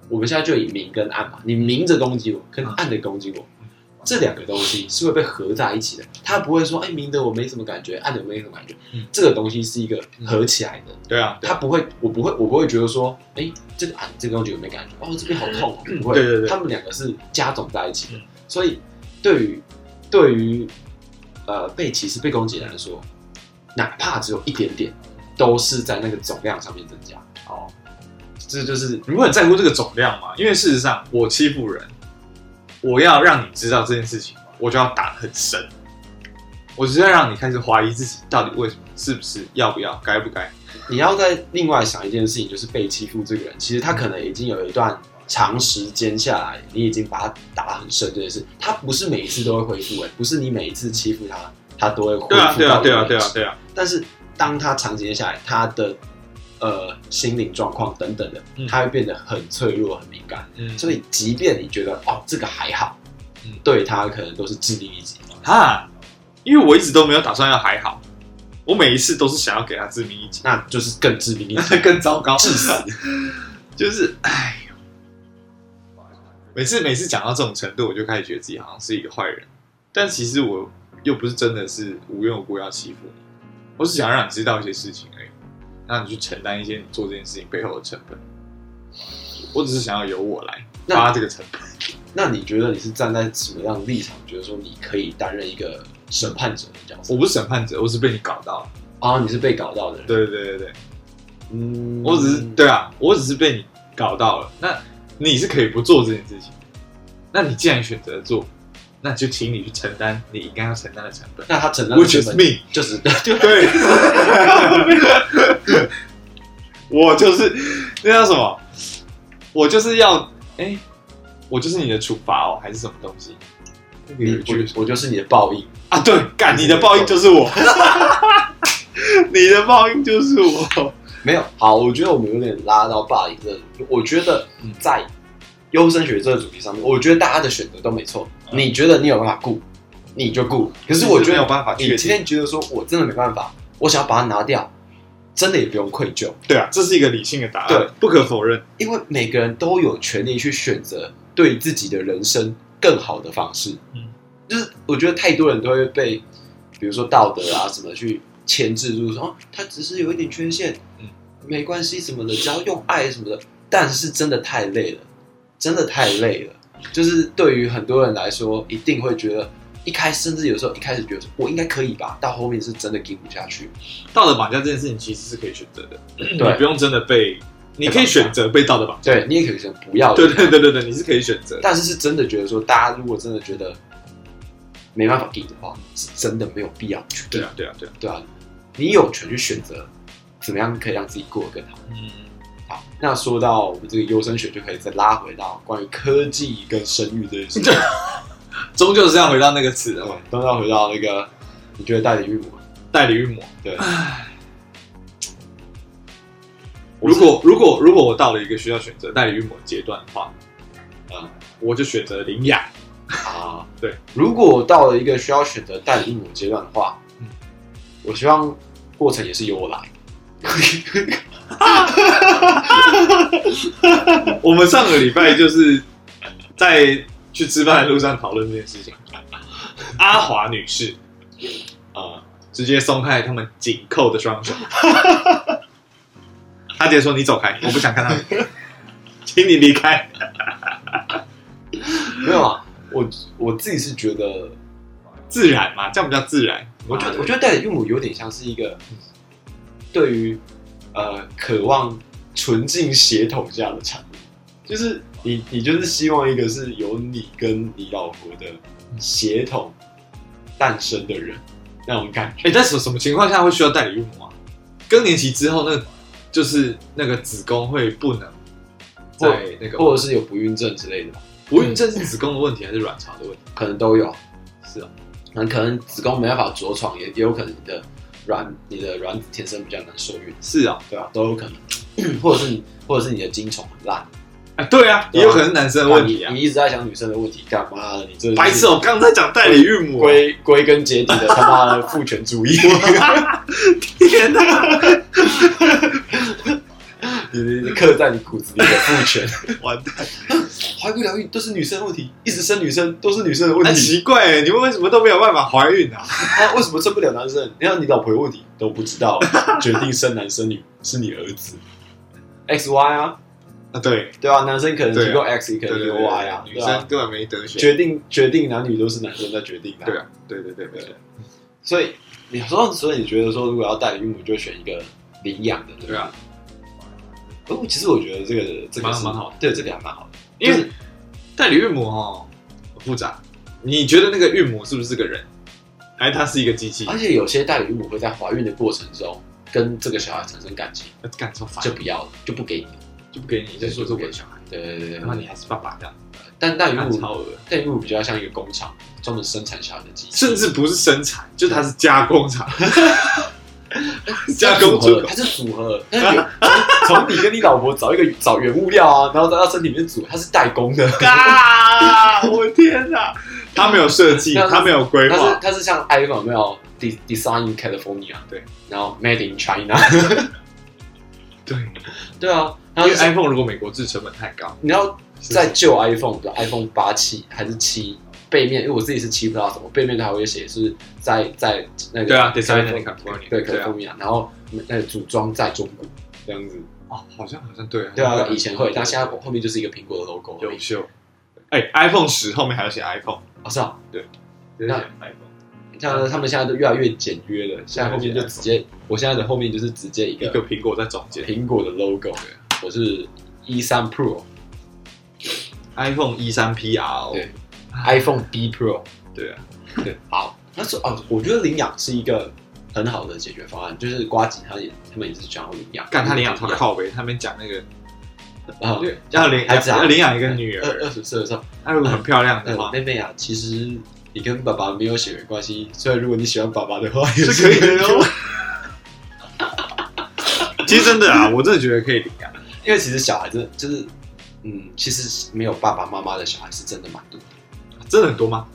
[SPEAKER 1] 我们现在就以明跟暗嘛，你明着攻击我，跟
[SPEAKER 2] 嗯
[SPEAKER 1] 暗的攻击我，这两个东西是会被合在一起的。他不会说，哎，明的我没什么感觉，暗的我没什么感觉
[SPEAKER 2] 嗯。
[SPEAKER 1] 这个东西是一个合起来的，
[SPEAKER 2] 对啊，对啊
[SPEAKER 1] 他不会，我不会，我不会觉得说，哎，这个啊，这个东西有没有感觉？哦，这边好痛哦，不会，
[SPEAKER 2] 对对对
[SPEAKER 1] 他们两个是加总在一起的
[SPEAKER 2] 嗯，
[SPEAKER 1] 所以对于对于呃被歧视、被攻击的人来说，哪怕只有一点点，都是在那个总量上面增加。
[SPEAKER 2] 哦。
[SPEAKER 1] 这就是
[SPEAKER 2] 你会很在乎这个总量吗？因为事实上，我欺负人，我要让你知道这件事情，我就要打得很深，我只是要让你开始怀疑自己到底为什么，是不是，要不要，该不该。
[SPEAKER 1] 你要在另外想一件事情，就是被欺负这个人，其实他可能已经有一段长时间下来，你已经把他打很深这件事，他不是每一次都会恢复，哎，不是你每一次欺负他，他都会恢复
[SPEAKER 2] 对啊，对啊，
[SPEAKER 1] 到
[SPEAKER 2] 对
[SPEAKER 1] 原
[SPEAKER 2] 啊，
[SPEAKER 1] 来
[SPEAKER 2] 对
[SPEAKER 1] 的
[SPEAKER 2] 啊，对啊，
[SPEAKER 1] 但是当他长时间下来，他的呃心灵状况等等的，
[SPEAKER 2] 嗯
[SPEAKER 1] 他会变得很脆弱、很敏感。
[SPEAKER 2] 嗯
[SPEAKER 1] 所以，即便你觉得哦这个还好
[SPEAKER 2] 嗯，
[SPEAKER 1] 对他可能都是致命一击，
[SPEAKER 2] 哈，因为我一直都没有打算要还好，我每一次都是想要给他致命一击，
[SPEAKER 1] 那就是更致命一 击，
[SPEAKER 2] 那更糟糕，
[SPEAKER 1] 致死。
[SPEAKER 2] 就是哎呦，每次每次讲到这种程度，我就开始觉得自己好像是一个坏人，但其实我又不是真的是无缘无故要欺负你，我只想让你知道一些事情而已，让你去承担一些你做这件事情背后的成本。我只是想要由我来
[SPEAKER 1] 那
[SPEAKER 2] 发这个成本。
[SPEAKER 1] 那你觉得你是站在什么样的立场？觉得说你可以担任一个审判者的角色？
[SPEAKER 2] 我不是审判者，我是被你搞到了。
[SPEAKER 1] 啊，你是被搞到的人。，
[SPEAKER 2] 对对对对对，
[SPEAKER 1] 嗯，
[SPEAKER 2] 我只是对啊，我只是被你搞到了。那你是可以不做这件事情，那你既然选择做，那就请你去承担你应该要承担的成本。
[SPEAKER 1] 那他承担的
[SPEAKER 2] Which is
[SPEAKER 1] 成本
[SPEAKER 2] me，
[SPEAKER 1] 就是 就
[SPEAKER 2] 对， 我就是那叫什么？我就是要哎、我就是你的处罚哦，还是什么东西？
[SPEAKER 1] 你
[SPEAKER 2] 有一句
[SPEAKER 1] 我我就是你的报应。
[SPEAKER 2] 啊，对，干你的报应就是我， 你的报应就是我。
[SPEAKER 1] 没有，好，我觉得我们有点拉到霸凌这个，我觉得
[SPEAKER 2] 嗯
[SPEAKER 1] 在优生学这个主题上面，我觉得大家的选择都没错。
[SPEAKER 2] 嗯
[SPEAKER 1] 你觉得你有办法顾，你就顾。可是我觉
[SPEAKER 2] 没有
[SPEAKER 1] 得
[SPEAKER 2] 办法
[SPEAKER 1] 你
[SPEAKER 2] 确
[SPEAKER 1] 今
[SPEAKER 2] 定，
[SPEAKER 1] 天觉得说我真的没办法，我想要把它拿掉，真的也不用愧疚，
[SPEAKER 2] 对啊，这是一个理性的答案，
[SPEAKER 1] 对，
[SPEAKER 2] 不可否认。
[SPEAKER 1] 因为每个人都有权利去选择对自己的人生更好的方式。
[SPEAKER 2] 嗯
[SPEAKER 1] 就是我觉得太多人都会被，比如说道德啊什么去牵制住，说哦，他只是有一点缺陷，
[SPEAKER 2] 嗯
[SPEAKER 1] 没关系什么的，只要用爱什么的。但是真的太累了，真的太累了。就是对于很多人来说，一定会觉得一开甚至有时候一开始觉得说我应该可以吧，到后面是真的顶不下去。
[SPEAKER 2] 道德绑架这件事情其实是可以选择的，你
[SPEAKER 1] 对
[SPEAKER 2] 不用真的被，你可以选择被道德绑架。
[SPEAKER 1] 对你也可以选不要，
[SPEAKER 2] 对对对对对，你是可以选择的。
[SPEAKER 1] 但是是真的觉得说，大家如果真的觉得没办法给的话，是真的没有必要去给
[SPEAKER 2] 对，啊，对啊，对啊。
[SPEAKER 1] 对啊，你有权去选择怎么样可以让自己过得更好。
[SPEAKER 2] 嗯，
[SPEAKER 1] 好，那说到我们这个优生学，就可以再拉回到关于科技跟生育这件 事情，
[SPEAKER 2] 终究是要回到那个词的
[SPEAKER 1] 对
[SPEAKER 2] 嘛，
[SPEAKER 1] 都要回到那个，你觉得代理孕母？
[SPEAKER 2] 代理孕母。
[SPEAKER 1] 对，
[SPEAKER 2] 如果如果如果我到了一个需要选择代理孕母的阶段的话，呃
[SPEAKER 1] 嗯
[SPEAKER 2] 我就选择领 养。
[SPEAKER 1] 啊，
[SPEAKER 2] 对，
[SPEAKER 1] 如果到了一个需要选择代理孕母的阶段的话，
[SPEAKER 2] 嗯
[SPEAKER 1] 我希望过程也是由我来。
[SPEAKER 2] 我们上个礼拜就是在去吃饭的路上讨论这件事情，阿华女士
[SPEAKER 1] 啊、
[SPEAKER 2] 直接松开他们紧扣 的双手，她直接说：“你走开，我不想看到你， 请你离开。
[SPEAKER 1] 没有啊，我我自己是觉得”
[SPEAKER 2] 自然嘛，这样比较自然。
[SPEAKER 1] 我觉得，我
[SPEAKER 2] 得
[SPEAKER 1] 觉得代理孕母有点像是一个对于呃渴望纯净血统下的产物，就是你你就是希望一个是由你跟你老婆的血统诞生的人那种感觉。
[SPEAKER 2] 哎、在什什么情况下会需要代理孕母啊？更年期之后，那就是那个子宫会不能
[SPEAKER 1] 或
[SPEAKER 2] 在那个
[SPEAKER 1] 或者是有不孕症之类的吧，
[SPEAKER 2] 不孕症是子宫的问题还是卵巢的问题？
[SPEAKER 1] 可能都有，
[SPEAKER 2] 是啊，
[SPEAKER 1] 可能可能子宫没办法着床，也也有可能你的卵你的卵子天生比较难受孕，
[SPEAKER 2] 是啊，
[SPEAKER 1] 对啊，都有可能， 或者是你或者是你的精虫很烂，
[SPEAKER 2] 哎，对啊，也有可能是男生的问题啊
[SPEAKER 1] 你。你一直在想女生的问题，干嘛的？你这
[SPEAKER 2] 白痴，我刚才讲代理孕母啊，
[SPEAKER 1] 归归根结底的他妈的父权主义，
[SPEAKER 2] 天哪，
[SPEAKER 1] 你你刻在你骨子里的父权。
[SPEAKER 2] 完蛋！
[SPEAKER 1] 怀不了孕都是女生的问题，一直生女生都是女生的 问
[SPEAKER 2] 那
[SPEAKER 1] 题。
[SPEAKER 2] 奇怪欸，你们为什么都没有办法怀孕啊？
[SPEAKER 1] 啊，为什么生不了男生？你看你老婆有问题都不知道，决定生男生女是你儿子。X Y 啊，
[SPEAKER 2] 啊，对，
[SPEAKER 1] 对啊，男生可能
[SPEAKER 2] 对啊
[SPEAKER 1] 提供 X，也可
[SPEAKER 2] 对
[SPEAKER 1] 能提
[SPEAKER 2] 对
[SPEAKER 1] 供 Y 啊，
[SPEAKER 2] 女
[SPEAKER 1] 对啊
[SPEAKER 2] 生，根本没得选。
[SPEAKER 1] 决定决定男女都是男生在决定的啊。
[SPEAKER 2] 对啊，对对对对对，
[SPEAKER 1] 所以你说，所以你觉得说，如果要代理孕母，就选一个领养的，对不对
[SPEAKER 2] 对啊，
[SPEAKER 1] 哦，其实我觉得这个这个是
[SPEAKER 2] 蛮蛮好的，
[SPEAKER 1] 对，这个还蛮好的。
[SPEAKER 2] 因为代理孕母哦很复杂，你觉得那个孕母是不是个人，还是她是一个机器？
[SPEAKER 1] 而且有些代理孕母会在怀孕的过程中跟这个小孩产生感情，
[SPEAKER 2] 呃干超烦，
[SPEAKER 1] 就
[SPEAKER 2] 就
[SPEAKER 1] 不要了，就不给你。
[SPEAKER 2] 就不给你，就说是我的小孩，
[SPEAKER 1] 对对对对
[SPEAKER 2] 然后你
[SPEAKER 1] 对。
[SPEAKER 2] 还是爸爸这样，
[SPEAKER 1] 但代理
[SPEAKER 2] 干
[SPEAKER 1] 孕
[SPEAKER 2] 超
[SPEAKER 1] 母，
[SPEAKER 2] 恶。
[SPEAKER 1] 代理孕母比较像一个工厂，专门生产小孩的机器，
[SPEAKER 2] 甚至不是生产，就是它是加工 厂，加
[SPEAKER 1] 它是
[SPEAKER 2] 工
[SPEAKER 1] 组
[SPEAKER 2] 出
[SPEAKER 1] 合，
[SPEAKER 2] 口
[SPEAKER 1] 它。是组合，它是原从 你跟你老婆找一个找原物料啊，然后到她身体里面组，它是代工的。
[SPEAKER 2] 啊！我天哪，他没有设计，
[SPEAKER 1] 那
[SPEAKER 2] 他没有规
[SPEAKER 1] 它是
[SPEAKER 2] 划，
[SPEAKER 1] 它是像 iPhone 有没有 de- Design in California
[SPEAKER 2] 对，
[SPEAKER 1] 然后 Made in China，
[SPEAKER 2] 对，
[SPEAKER 1] 对啊，然后
[SPEAKER 2] 因为 iPhone 如果美国制成本太高，
[SPEAKER 1] 你要
[SPEAKER 2] 是
[SPEAKER 1] 在旧 iPhone 的 iPhone 八七还是七背面，因为我自己是七 Plus，我背面它还会写是在在那个
[SPEAKER 2] 对啊，Design in
[SPEAKER 1] California-
[SPEAKER 2] California，
[SPEAKER 1] 对
[SPEAKER 2] 对啊
[SPEAKER 1] California，然后那个组装在中国这样子，
[SPEAKER 2] 哦，好像好像对，
[SPEAKER 1] 对啊，以前会，但现在后面就是一个苹果的 logo 而
[SPEAKER 2] 优
[SPEAKER 1] 已。
[SPEAKER 2] 秀。哎，iPhone 十后面还要写 iPhone，
[SPEAKER 1] 哦，是啊，
[SPEAKER 2] 就是写 iPhone，
[SPEAKER 1] 像他们现在都越来越简约了，现在后面就直接，我现在的后面就是直啊接一
[SPEAKER 2] 一
[SPEAKER 1] 个
[SPEAKER 2] 个苹果在中间
[SPEAKER 1] 苹果的 logo，我是一三 Pro，
[SPEAKER 2] ，iPhone 一三 PR，
[SPEAKER 1] 对 iPhone B Pro，
[SPEAKER 2] 对啊，
[SPEAKER 1] 对，好，那是哦，我觉得领养是一个很好的解决方案，就是瓜吉他也他们也是想要领养，
[SPEAKER 2] 干他领养超靠北，他们讲那个
[SPEAKER 1] 啊，
[SPEAKER 2] 对要领
[SPEAKER 1] 孩子啊
[SPEAKER 2] 要领养一个女
[SPEAKER 1] 二二
[SPEAKER 2] 儿，
[SPEAKER 1] 十岁的时候，
[SPEAKER 2] 她如果很漂亮
[SPEAKER 1] 呃
[SPEAKER 2] 的话，
[SPEAKER 1] 妹妹啊，其实你跟爸爸没有血缘关系，所以如果你喜欢爸爸的话，也
[SPEAKER 2] 是可以的
[SPEAKER 1] 哦
[SPEAKER 2] 哦。 其实真的啊，我真的觉得可以领养。
[SPEAKER 1] 因为其实小孩子就是，嗯，其实没有爸爸妈妈的小孩是真的蛮多的，
[SPEAKER 2] 真的很多吗？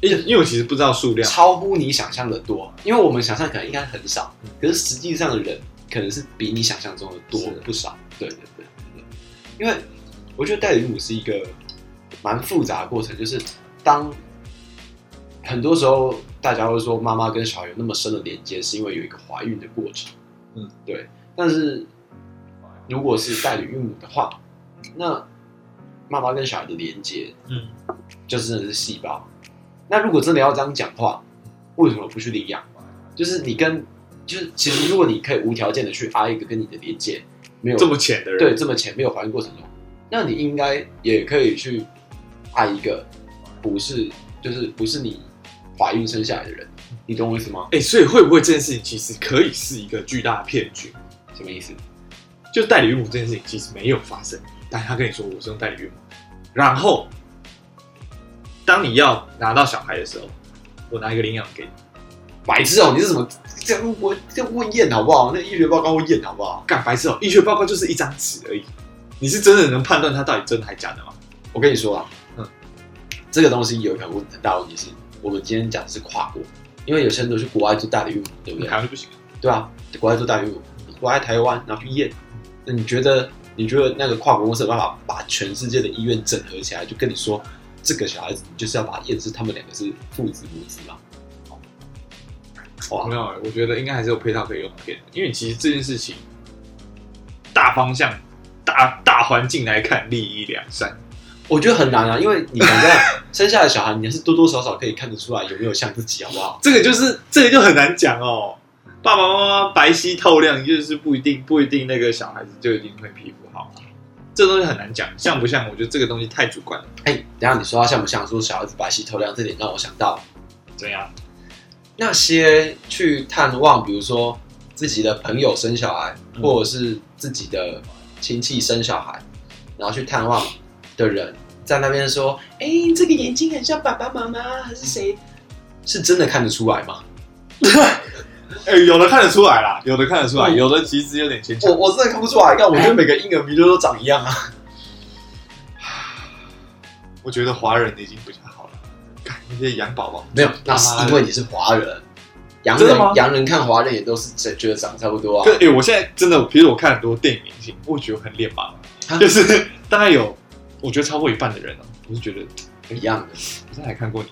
[SPEAKER 2] 因为因为我其实不知道数量，
[SPEAKER 1] 超乎你想象的多。因为我们想象可能应该很少
[SPEAKER 2] 嗯，
[SPEAKER 1] 可是实际上的人可能是比你想象中的多
[SPEAKER 2] 是的
[SPEAKER 1] 不少。对对对对对，因为我觉得代理母是一个蛮复杂的过程，就是当很多时候大家会说妈妈跟小孩有那么深的连接，是因为有一个怀孕的过程。
[SPEAKER 2] 嗯，
[SPEAKER 1] 对。但是如果是代理孕母的话，那妈妈跟小孩的连接
[SPEAKER 2] 嗯，
[SPEAKER 1] 就是真的是细胞。那如果真的要这样讲话，为什么不去领养？啊就是你跟，就是其实如果你可以无条件的去爱一个跟你的连接没有
[SPEAKER 2] 这么浅的人，
[SPEAKER 1] 对这么浅没有怀孕过程中，那你应该也可以去爱一个不是就是不是你怀孕生下来的人，你懂我意思吗？
[SPEAKER 2] 哎、所以会不会这件事情其实可以是一个巨大的骗局？
[SPEAKER 1] 什么意思？
[SPEAKER 2] 就代理孕母这件事情其实没有发生，但他跟你说我是用代理孕母，然后当你要拿到小孩的时候，我拿一个领养给你，
[SPEAKER 1] 白痴哦、你是什么这样问我这样问验好不好？那医学报告会验好不好？
[SPEAKER 2] 干白痴哦、医学报告哦就是一张纸而已，你是真的能判断它到底真的还假的吗？
[SPEAKER 1] 我跟你说啊，
[SPEAKER 2] 嗯
[SPEAKER 1] 这个东西有一个问很大的问题是，我们今天讲的是跨国，因为有些人都去国外做代理孕母，对不对？
[SPEAKER 2] 台湾就不行，
[SPEAKER 1] 对啊，国外做代理孕母，国外台湾然后去验，那你觉得你觉得那个跨国公司有办法把全世界的医院整合起来，就跟你说这个小孩子你就是要把它验是他们两个是父子母子嘛？哇
[SPEAKER 2] 没，有、我觉得应该还是有配套可以用的片，因为其实这件事情大方向、大大环境来看，利益两善。
[SPEAKER 1] 我觉得很难啊，因为你想这样生下来的小孩，你还是多多少少可以看得出来有没有像自己，好不好？
[SPEAKER 2] 这个就是这个就很难讲哦。爸爸妈妈白皙透亮，就是不一定不一定那个小孩子就一定会皮肤好嘛，这东西很难讲，像不像？我觉得这个东西太主观了。
[SPEAKER 1] 哎、等一下你说他像不像说小孩子白皙透亮这点，让我想到
[SPEAKER 2] 怎样？
[SPEAKER 1] 那些去探望，比如说自己的朋友生小孩，
[SPEAKER 2] 嗯
[SPEAKER 1] 或者是自己的亲戚生小孩，然后去探望的人，在那边说：“哎、这个眼睛很像爸爸妈妈，还是谁？”是真的看得出来吗？
[SPEAKER 2] 哎、有的看得出来啦，有的看得出来，
[SPEAKER 1] 嗯
[SPEAKER 2] 有的其实有点牵
[SPEAKER 1] 我
[SPEAKER 2] 强。
[SPEAKER 1] 我真的看不出来，但我觉得每个婴儿鼻瘤都长一样啊。
[SPEAKER 2] 我觉得华人的已经比较好了，看那些洋宝宝，
[SPEAKER 1] 没有，那是因为你是华人，洋人
[SPEAKER 2] 真的吗
[SPEAKER 1] 洋人看华人也都是觉觉得长得差不多啊
[SPEAKER 2] 可。哎、我现在真的，比如我看很多电影明星，我觉得很脸盲，
[SPEAKER 1] 啊
[SPEAKER 2] 就是大概有，我觉得超过一半的人哦、我就觉得
[SPEAKER 1] 一样的，
[SPEAKER 2] 我真的还看过你。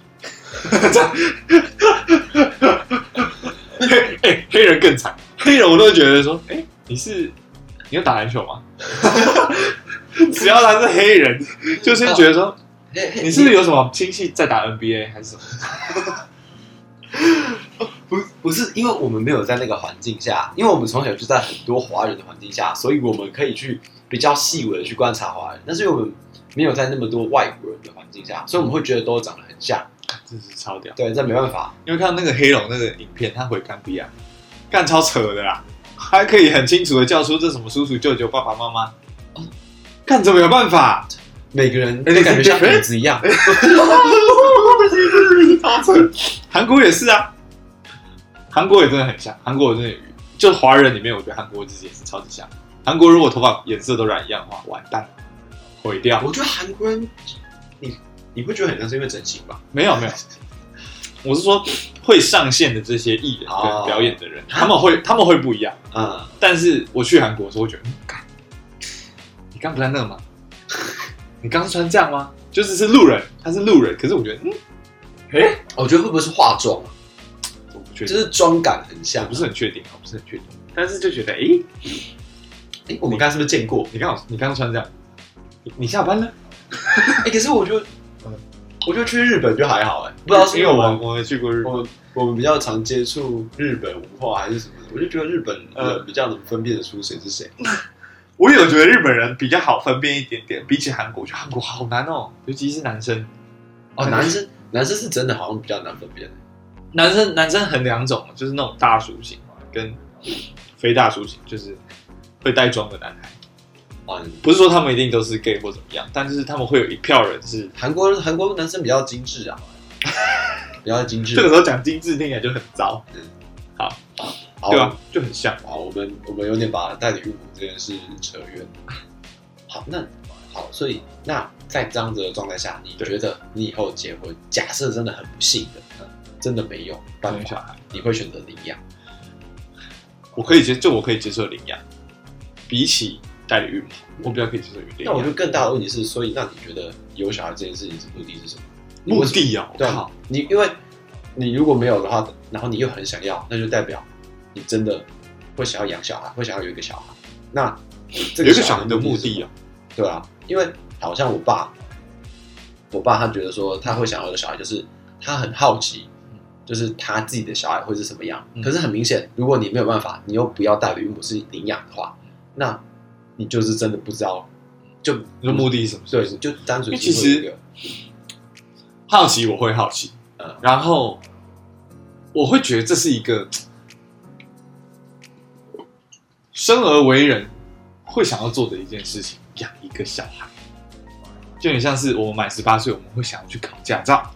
[SPEAKER 2] 黑 哎黑人更惨，黑人我都觉得说，哎、你是你有打篮球吗？ 只要他是黑人，就先觉得说，
[SPEAKER 1] 嘿嘿
[SPEAKER 2] 啊你是不是有什么亲戚在打 NBA 还是什么？
[SPEAKER 1] 不不是，因为我们没有在那个环境下，因为我们从小就在很多华人的环境下，所以我们可以去比较细微的去观察华人，但是因为我们没有在那么多外国人的环境下，所以我们会觉得都长得很像。
[SPEAKER 2] 真是超屌！
[SPEAKER 1] 对，这没办法，
[SPEAKER 2] 因为看到那个黑龙那个影片，他回甘比亚，干超扯的啦，还可以很清楚的叫出这什么叔叔、舅舅、爸爸妈妈，干怎么有办法？
[SPEAKER 1] 每个人都
[SPEAKER 2] 哎你
[SPEAKER 1] 感觉像
[SPEAKER 2] 你
[SPEAKER 1] 影子一样。
[SPEAKER 2] 超扯！ 韩国也是啊，韩国也真的很像，韩国我真的有就华人里面，我觉得韩国自己也是超级像。韩国如果头发颜色都染一样的话，完蛋，毁掉。
[SPEAKER 1] 我觉得韩国人，你你不觉得很像是因为整形吧？
[SPEAKER 2] 没有没有，我是说会上线的这些艺人
[SPEAKER 1] 哦
[SPEAKER 2] 跟表演的人，他们会他们会不一样。
[SPEAKER 1] 啊、
[SPEAKER 2] 但是我去韩国的时候，我觉得，嗯干、你刚不在那吗？你刚穿这样吗？就是是路人，他是路人，可是我觉得，嗯，
[SPEAKER 1] 我觉得会不会是化妆啊？
[SPEAKER 2] 我不确
[SPEAKER 1] 就
[SPEAKER 2] 定，
[SPEAKER 1] 是妆感很像、
[SPEAKER 2] 我
[SPEAKER 1] 啊。
[SPEAKER 2] 不是很确定，我不是很确定。但是就觉得，哎、
[SPEAKER 1] 诶哎我们刚才是不是见过？
[SPEAKER 2] 你刚好你刚刚穿这样，你你下班了？
[SPEAKER 1] 哎、可是我觉得，
[SPEAKER 2] 嗯
[SPEAKER 1] 我觉得去日本就还好哎、不知道是
[SPEAKER 2] 因
[SPEAKER 1] 因
[SPEAKER 2] 为
[SPEAKER 1] 为我
[SPEAKER 2] 我
[SPEAKER 1] 们
[SPEAKER 2] 我没去过日本，
[SPEAKER 1] 我我们比较常接触日本文化还是什么的，我就觉得日本
[SPEAKER 2] 呃
[SPEAKER 1] 人比较能分辨得出谁是谁。
[SPEAKER 2] 我有觉得日本人比较好分辨一点点，比起韩国，我觉得韩国好难哦，尤其是男生。
[SPEAKER 1] 哦，男生男生是真的好像比较难分辨。
[SPEAKER 2] 男生男生很两种，就是那种大叔型跟非大叔型，就是会带妆的男孩。
[SPEAKER 1] 啊，
[SPEAKER 2] 不是说他们一定都是 gay 或怎么样，但是他们会有一票人是
[SPEAKER 1] 韩国韩国男生比较精致 啊，比较精致
[SPEAKER 2] 这个。时候讲精致听起来就很糟，
[SPEAKER 1] 好
[SPEAKER 2] 对吧、就很像。
[SPEAKER 1] 好，我们我们有点把代理孕母这件事扯远。好，那好，所以那在这样子的状态下，你
[SPEAKER 2] 对
[SPEAKER 1] 觉得你以后结婚，假设真的很不幸的，呃真的没有办
[SPEAKER 2] 生小
[SPEAKER 1] 法，
[SPEAKER 2] 孩，
[SPEAKER 1] 你会选择领养？
[SPEAKER 2] 我可以接，就我可以接受领养，比起代理孕母，我比较可以接受领
[SPEAKER 1] 那我
[SPEAKER 2] 养
[SPEAKER 1] 就。更大的问题是，所以那你觉得有小孩这件事情是目的是什么？
[SPEAKER 2] 目的哦，
[SPEAKER 1] 对啊
[SPEAKER 2] 靠，
[SPEAKER 1] 你因为你如果没有的话，然后你又很想要，那就代表你真的会想要养小孩，会想要有一个小孩。那这
[SPEAKER 2] 有一个小孩的目
[SPEAKER 1] 目
[SPEAKER 2] 的
[SPEAKER 1] 啊，
[SPEAKER 2] 哦，
[SPEAKER 1] 对啊，因为好像我爸，我爸他觉得说他会想要有小孩，就是他很好奇，就是他自己的小孩会是什么样。
[SPEAKER 2] 嗯
[SPEAKER 1] 可是很明显，如果你没有办法，你又不要代理孕母是领养的
[SPEAKER 2] 嗯
[SPEAKER 1] 话，那你就是真的不知道，就嗯
[SPEAKER 2] 你说目的是什么？
[SPEAKER 1] 对，你就单纯
[SPEAKER 2] 因为其
[SPEAKER 1] 是
[SPEAKER 2] 实好奇我会好奇，
[SPEAKER 1] 嗯
[SPEAKER 2] 然后我会觉得这是一个生而为人会想要做的一件事情，养一个小孩，就很像是我们满十八岁，我们会想要去考驾照，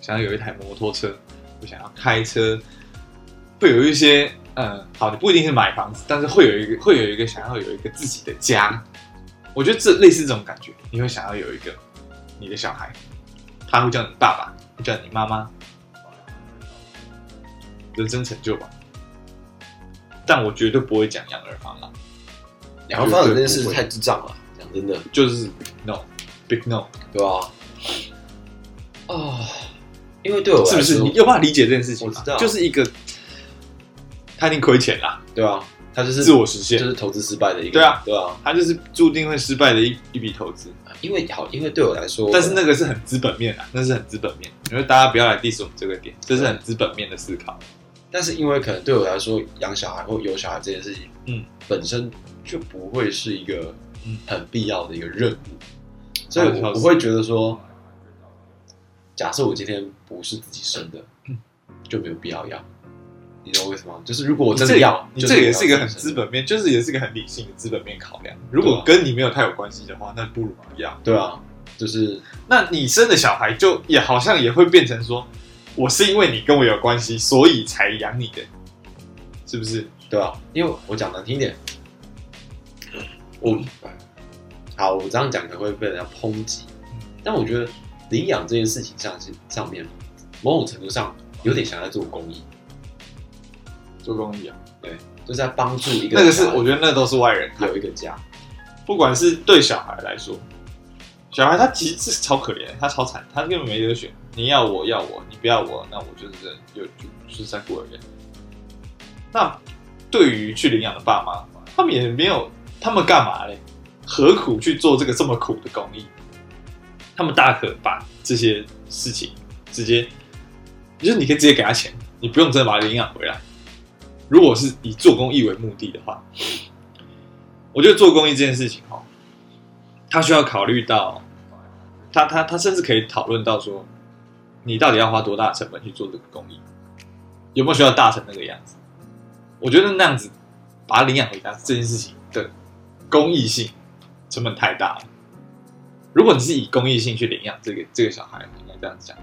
[SPEAKER 2] 想要有一台摩托车，我想要开车，会有一些呃，好，你不一定是买房子，但是会有一个会有一个想要有一个自己的家，我觉得这类似这种感觉，你会想要有一个你的小孩，他会叫你爸爸，会叫你妈妈，人生成就吧。但我绝对不会讲养儿防老，
[SPEAKER 1] 养儿防老这件事太智障了，讲真的，
[SPEAKER 2] 就是 no big no，
[SPEAKER 1] 对吧、啊？因为对我来
[SPEAKER 2] 是
[SPEAKER 1] 说
[SPEAKER 2] 不是？你有办法理解这件事情吗？
[SPEAKER 1] 我知道
[SPEAKER 2] 就是一个他一定亏钱啦，
[SPEAKER 1] 对啊，他就是
[SPEAKER 2] 自我实
[SPEAKER 1] 就
[SPEAKER 2] 现，
[SPEAKER 1] 是投资失败的一个，
[SPEAKER 2] 对啊，
[SPEAKER 1] 对啊，
[SPEAKER 2] 他就是注定会失败的一一笔投资。
[SPEAKER 1] 因为好，因为对我来说，
[SPEAKER 2] 但是那个是很资本面啊，那是很资本面。因为大家不要来 diss 我们这个点，这是很资本面的思考。
[SPEAKER 1] 但是因为可能对我来说，养小孩或有小孩这件事情，
[SPEAKER 2] 嗯，
[SPEAKER 1] 本身就不会是一个
[SPEAKER 2] 嗯
[SPEAKER 1] 很必要的一个任务，所以
[SPEAKER 2] 啊笑
[SPEAKER 1] 我
[SPEAKER 2] 死
[SPEAKER 1] 我会觉得说，假设我今天不是自己生的，
[SPEAKER 2] 嗯
[SPEAKER 1] 就没有必要要，你懂我意思吗？就是如果我真
[SPEAKER 2] 这
[SPEAKER 1] 的
[SPEAKER 2] 也
[SPEAKER 1] 要，
[SPEAKER 2] 你
[SPEAKER 1] 就
[SPEAKER 2] 这也是一个
[SPEAKER 1] 要
[SPEAKER 2] 很
[SPEAKER 1] 自己
[SPEAKER 2] 资
[SPEAKER 1] 生的，
[SPEAKER 2] 本面，就是也是一个很理性的资本面考
[SPEAKER 1] 啊
[SPEAKER 2] 量。如果跟你没有太有关系的话，那不如不要。
[SPEAKER 1] 对啊，就是
[SPEAKER 2] 那你生的小孩就也好像也会变成说，我是因为你跟我有关系，所以才养你的，是不是？
[SPEAKER 1] 对啊，因为我讲难听点，
[SPEAKER 2] 嗯
[SPEAKER 1] 我好，我这样讲可能会被人家抨击，
[SPEAKER 2] 嗯
[SPEAKER 1] 但我觉得领养这件事情上是上面，某种程度上有点像在做公益，
[SPEAKER 2] 做公益啊，
[SPEAKER 1] 就是在帮助一个
[SPEAKER 2] 那个是
[SPEAKER 1] 小孩
[SPEAKER 2] 我觉得那都是外人看，
[SPEAKER 1] 有一个家，
[SPEAKER 2] 不管是对小孩来说，小孩他其实是超可怜，他超惨，他根本没得选。你要我要我，你不要我，那我就是就就是在孤儿院。那对于去领养的爸妈，他们也没有，他们干嘛嘞？何苦去做这个这么苦的公益？他们大可把这些事情直接，就是你可以直接给他钱，你不用真的把他领养回来。如果是以做公益为目的的话，我觉得做公益这件事情哦，他需要考虑到，他他他甚至可以讨论到说，你到底要花多大的成本去做这个公益，有没有需要大成那个样子？我觉得那样子把他领养回家这件事情的公益性成本太大了。如果你是以公益性去领养这个这个小孩，应该这样讲。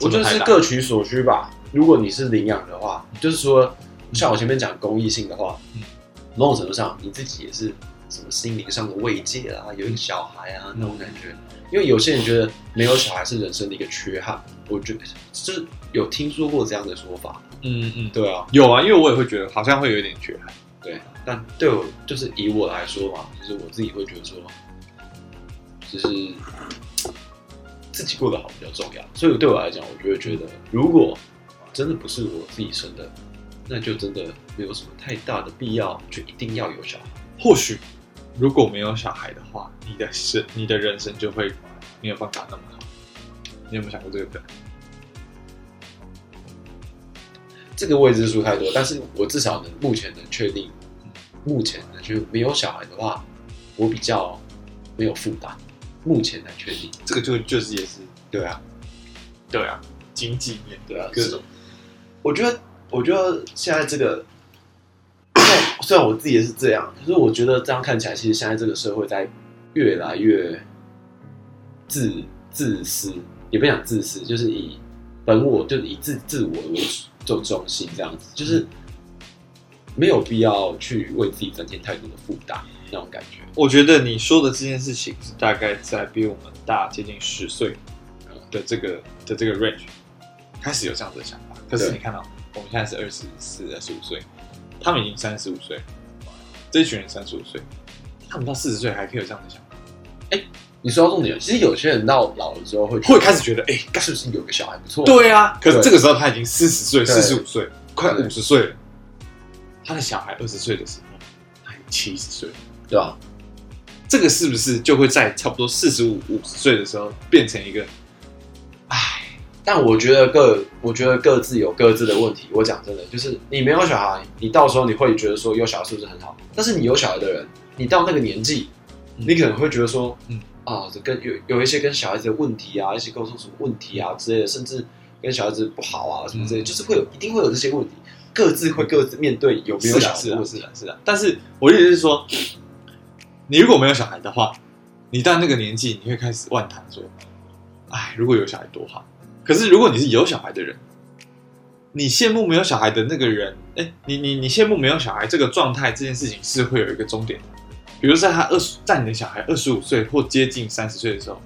[SPEAKER 1] 我觉得是
[SPEAKER 2] 成本太大
[SPEAKER 1] 各取所需吧。如果你是领养的话，就是说像我前面讲公益性的话
[SPEAKER 2] 嗯，
[SPEAKER 1] 某种程度上你自己也是什么心灵上的慰藉啊，有一个小孩啊那种感觉。因为有些人觉得没有小孩是人生的一个缺憾，我觉得就是有听说过这样的说法。
[SPEAKER 2] 嗯嗯，
[SPEAKER 1] 对啊，
[SPEAKER 2] 有啊，因为我也会觉得好像会有一点缺憾。
[SPEAKER 1] 对，但对我就是以我来说嘛，就是我自己会觉得说，就是自己过得好比较重要。所以对我来讲，我就会觉得，如果真的不是我自己生的，那就真的没有什么太大的必要就一定要有小孩。
[SPEAKER 2] 或许如果没有小孩的话，你的生你的人生就会没有办法那么好。你有没有想过这个梗？
[SPEAKER 1] 这个未知数太多，但是我至少能目前能确定，目前能确定没有小孩的话，我比较没有负担。目前能确定，
[SPEAKER 2] 这个就就是也是
[SPEAKER 1] 对啊，
[SPEAKER 2] 对啊，经济面
[SPEAKER 1] 对啊，
[SPEAKER 2] 各种
[SPEAKER 1] 我觉得，我觉得现在这个， 虽然虽然我自己也是这样，可是我觉得这样看起来，其实现在这个社会在越来越自自私，也不讲自私，就是以本我，就是以自自我为做中心，这样子，就是没有必要去为自己增添太多的负担那种感觉。
[SPEAKER 2] 我觉得你说的这件事情是大概在比我们大接近十岁的这个的这个 range 开始有这样子的想法。可是
[SPEAKER 1] 对
[SPEAKER 2] 你看到我们现在是二十四、二十五岁，他们已经三十五岁，这一群人三十五岁，他们到四十岁还可以有这样的想法，
[SPEAKER 1] 你说到重点，其实有些人到老了之后会
[SPEAKER 2] 会开始觉得哎、
[SPEAKER 1] 得是不是有个小孩不错？
[SPEAKER 2] 对啊，可是
[SPEAKER 1] 对
[SPEAKER 2] 这个时候他已经四十岁、
[SPEAKER 1] 对
[SPEAKER 2] 四十五岁，快
[SPEAKER 1] 对
[SPEAKER 2] 五十岁了，他的小孩二十岁的时候，他已经七十岁了。
[SPEAKER 1] 对吧、
[SPEAKER 2] 这个是不是就会在差不多四十五、五十岁的时候变成一个
[SPEAKER 1] 但我觉得各，我觉得各自有各自的问题。我讲真的，就是你没有小孩，你到时候你会觉得说有小孩是不是很好？但是你有小孩的人，你到那个年纪，
[SPEAKER 2] 嗯
[SPEAKER 1] 你可能会觉得说，
[SPEAKER 2] 嗯
[SPEAKER 1] 嗯，啊，这跟有有一些跟小孩子的问题啊，一些沟通什么问题啊之类的，甚至跟小孩子不好啊什么之类的，
[SPEAKER 2] 嗯
[SPEAKER 1] 就是会有一定会有这些问题，各自会各自面对有没有
[SPEAKER 2] 是
[SPEAKER 1] 小
[SPEAKER 2] 啊
[SPEAKER 1] 孩
[SPEAKER 2] 是
[SPEAKER 1] 的
[SPEAKER 2] 啊
[SPEAKER 1] 问
[SPEAKER 2] 是
[SPEAKER 1] 题。
[SPEAKER 2] 啊是啊，但是我的意思是说， 你如果没有小孩的话，你到那个年纪，你会开始万谈说，哎，如果有小孩多好。可是如果你是有小孩的人，你羡慕没有小孩的那个人，哎，你你你羡慕没有小孩这个状态，这件事情是会有一个终点的。比如在他二十，在你的小孩二十五岁或接近三十岁的时候，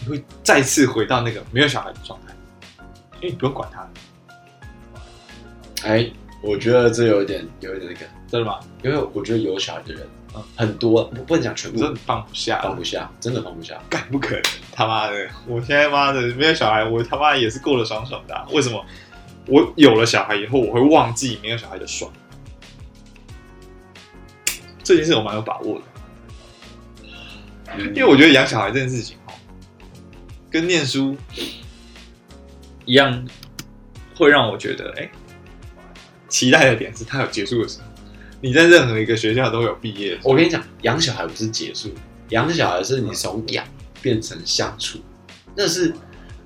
[SPEAKER 2] 你会再次回到那个没有小孩的状态，因为你不用管他了，
[SPEAKER 1] 哎，我觉得这有一点有一点那个，
[SPEAKER 2] 真的吗？
[SPEAKER 1] 因为我觉得有小孩的人，
[SPEAKER 2] 嗯
[SPEAKER 1] 很多不不能讲全
[SPEAKER 2] 你
[SPEAKER 1] 部
[SPEAKER 2] 说你放不下了，
[SPEAKER 1] 放不下，真的放不下。
[SPEAKER 2] 干不可能，他妈的！我现在妈的没有小孩，我他妈也是过得爽爽的啊、为什么我有了小孩以后，我会忘记没有小孩的爽？这件事我蛮有把握的，
[SPEAKER 1] 嗯
[SPEAKER 2] 因为我觉得养小孩这件事情哦，跟念书一样，会让我觉得，哎、期待的点是它有结束的时候。你在任何一个学校都有毕业的时候，
[SPEAKER 1] 我跟你讲，养小孩不是结束，养小孩是你从养变成相处，那是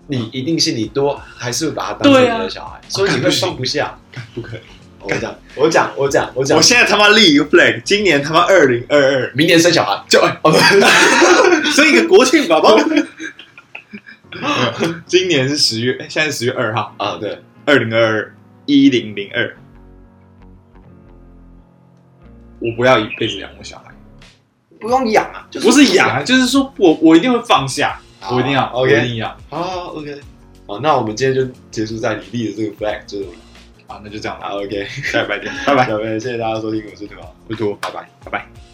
[SPEAKER 1] 你一定是你多还是会把他当成
[SPEAKER 2] 对
[SPEAKER 1] 你
[SPEAKER 2] 啊
[SPEAKER 1] 的小孩，所以你会放不下。
[SPEAKER 2] 干不可能。
[SPEAKER 1] 我讲，我讲，我讲，我讲
[SPEAKER 2] 我，现在他妈立一个 flag，今年他妈二零二二，
[SPEAKER 1] 明年生小孩，
[SPEAKER 2] 就哎， 生一个国庆宝宝。 今年是十月，哎现在是十月二号，
[SPEAKER 1] 啊，对，
[SPEAKER 2] 二零二二一零零二。我不要一辈子养我小孩，
[SPEAKER 1] 不用养啊，就
[SPEAKER 2] 不是养，啊，就是说我我一定会放下，
[SPEAKER 1] 好
[SPEAKER 2] 我一定要，我
[SPEAKER 1] OK
[SPEAKER 2] 一定要
[SPEAKER 1] 好，OK，好，那我们今天就结束在你立的这个 flag 这里，
[SPEAKER 2] 啊，那就这样
[SPEAKER 1] 好
[SPEAKER 2] 吧，
[SPEAKER 1] ，OK，
[SPEAKER 2] 下礼拜见，拜拜，
[SPEAKER 1] 各位，谢谢大家收听，我是刘毛，
[SPEAKER 2] 不多，拜拜，拜拜。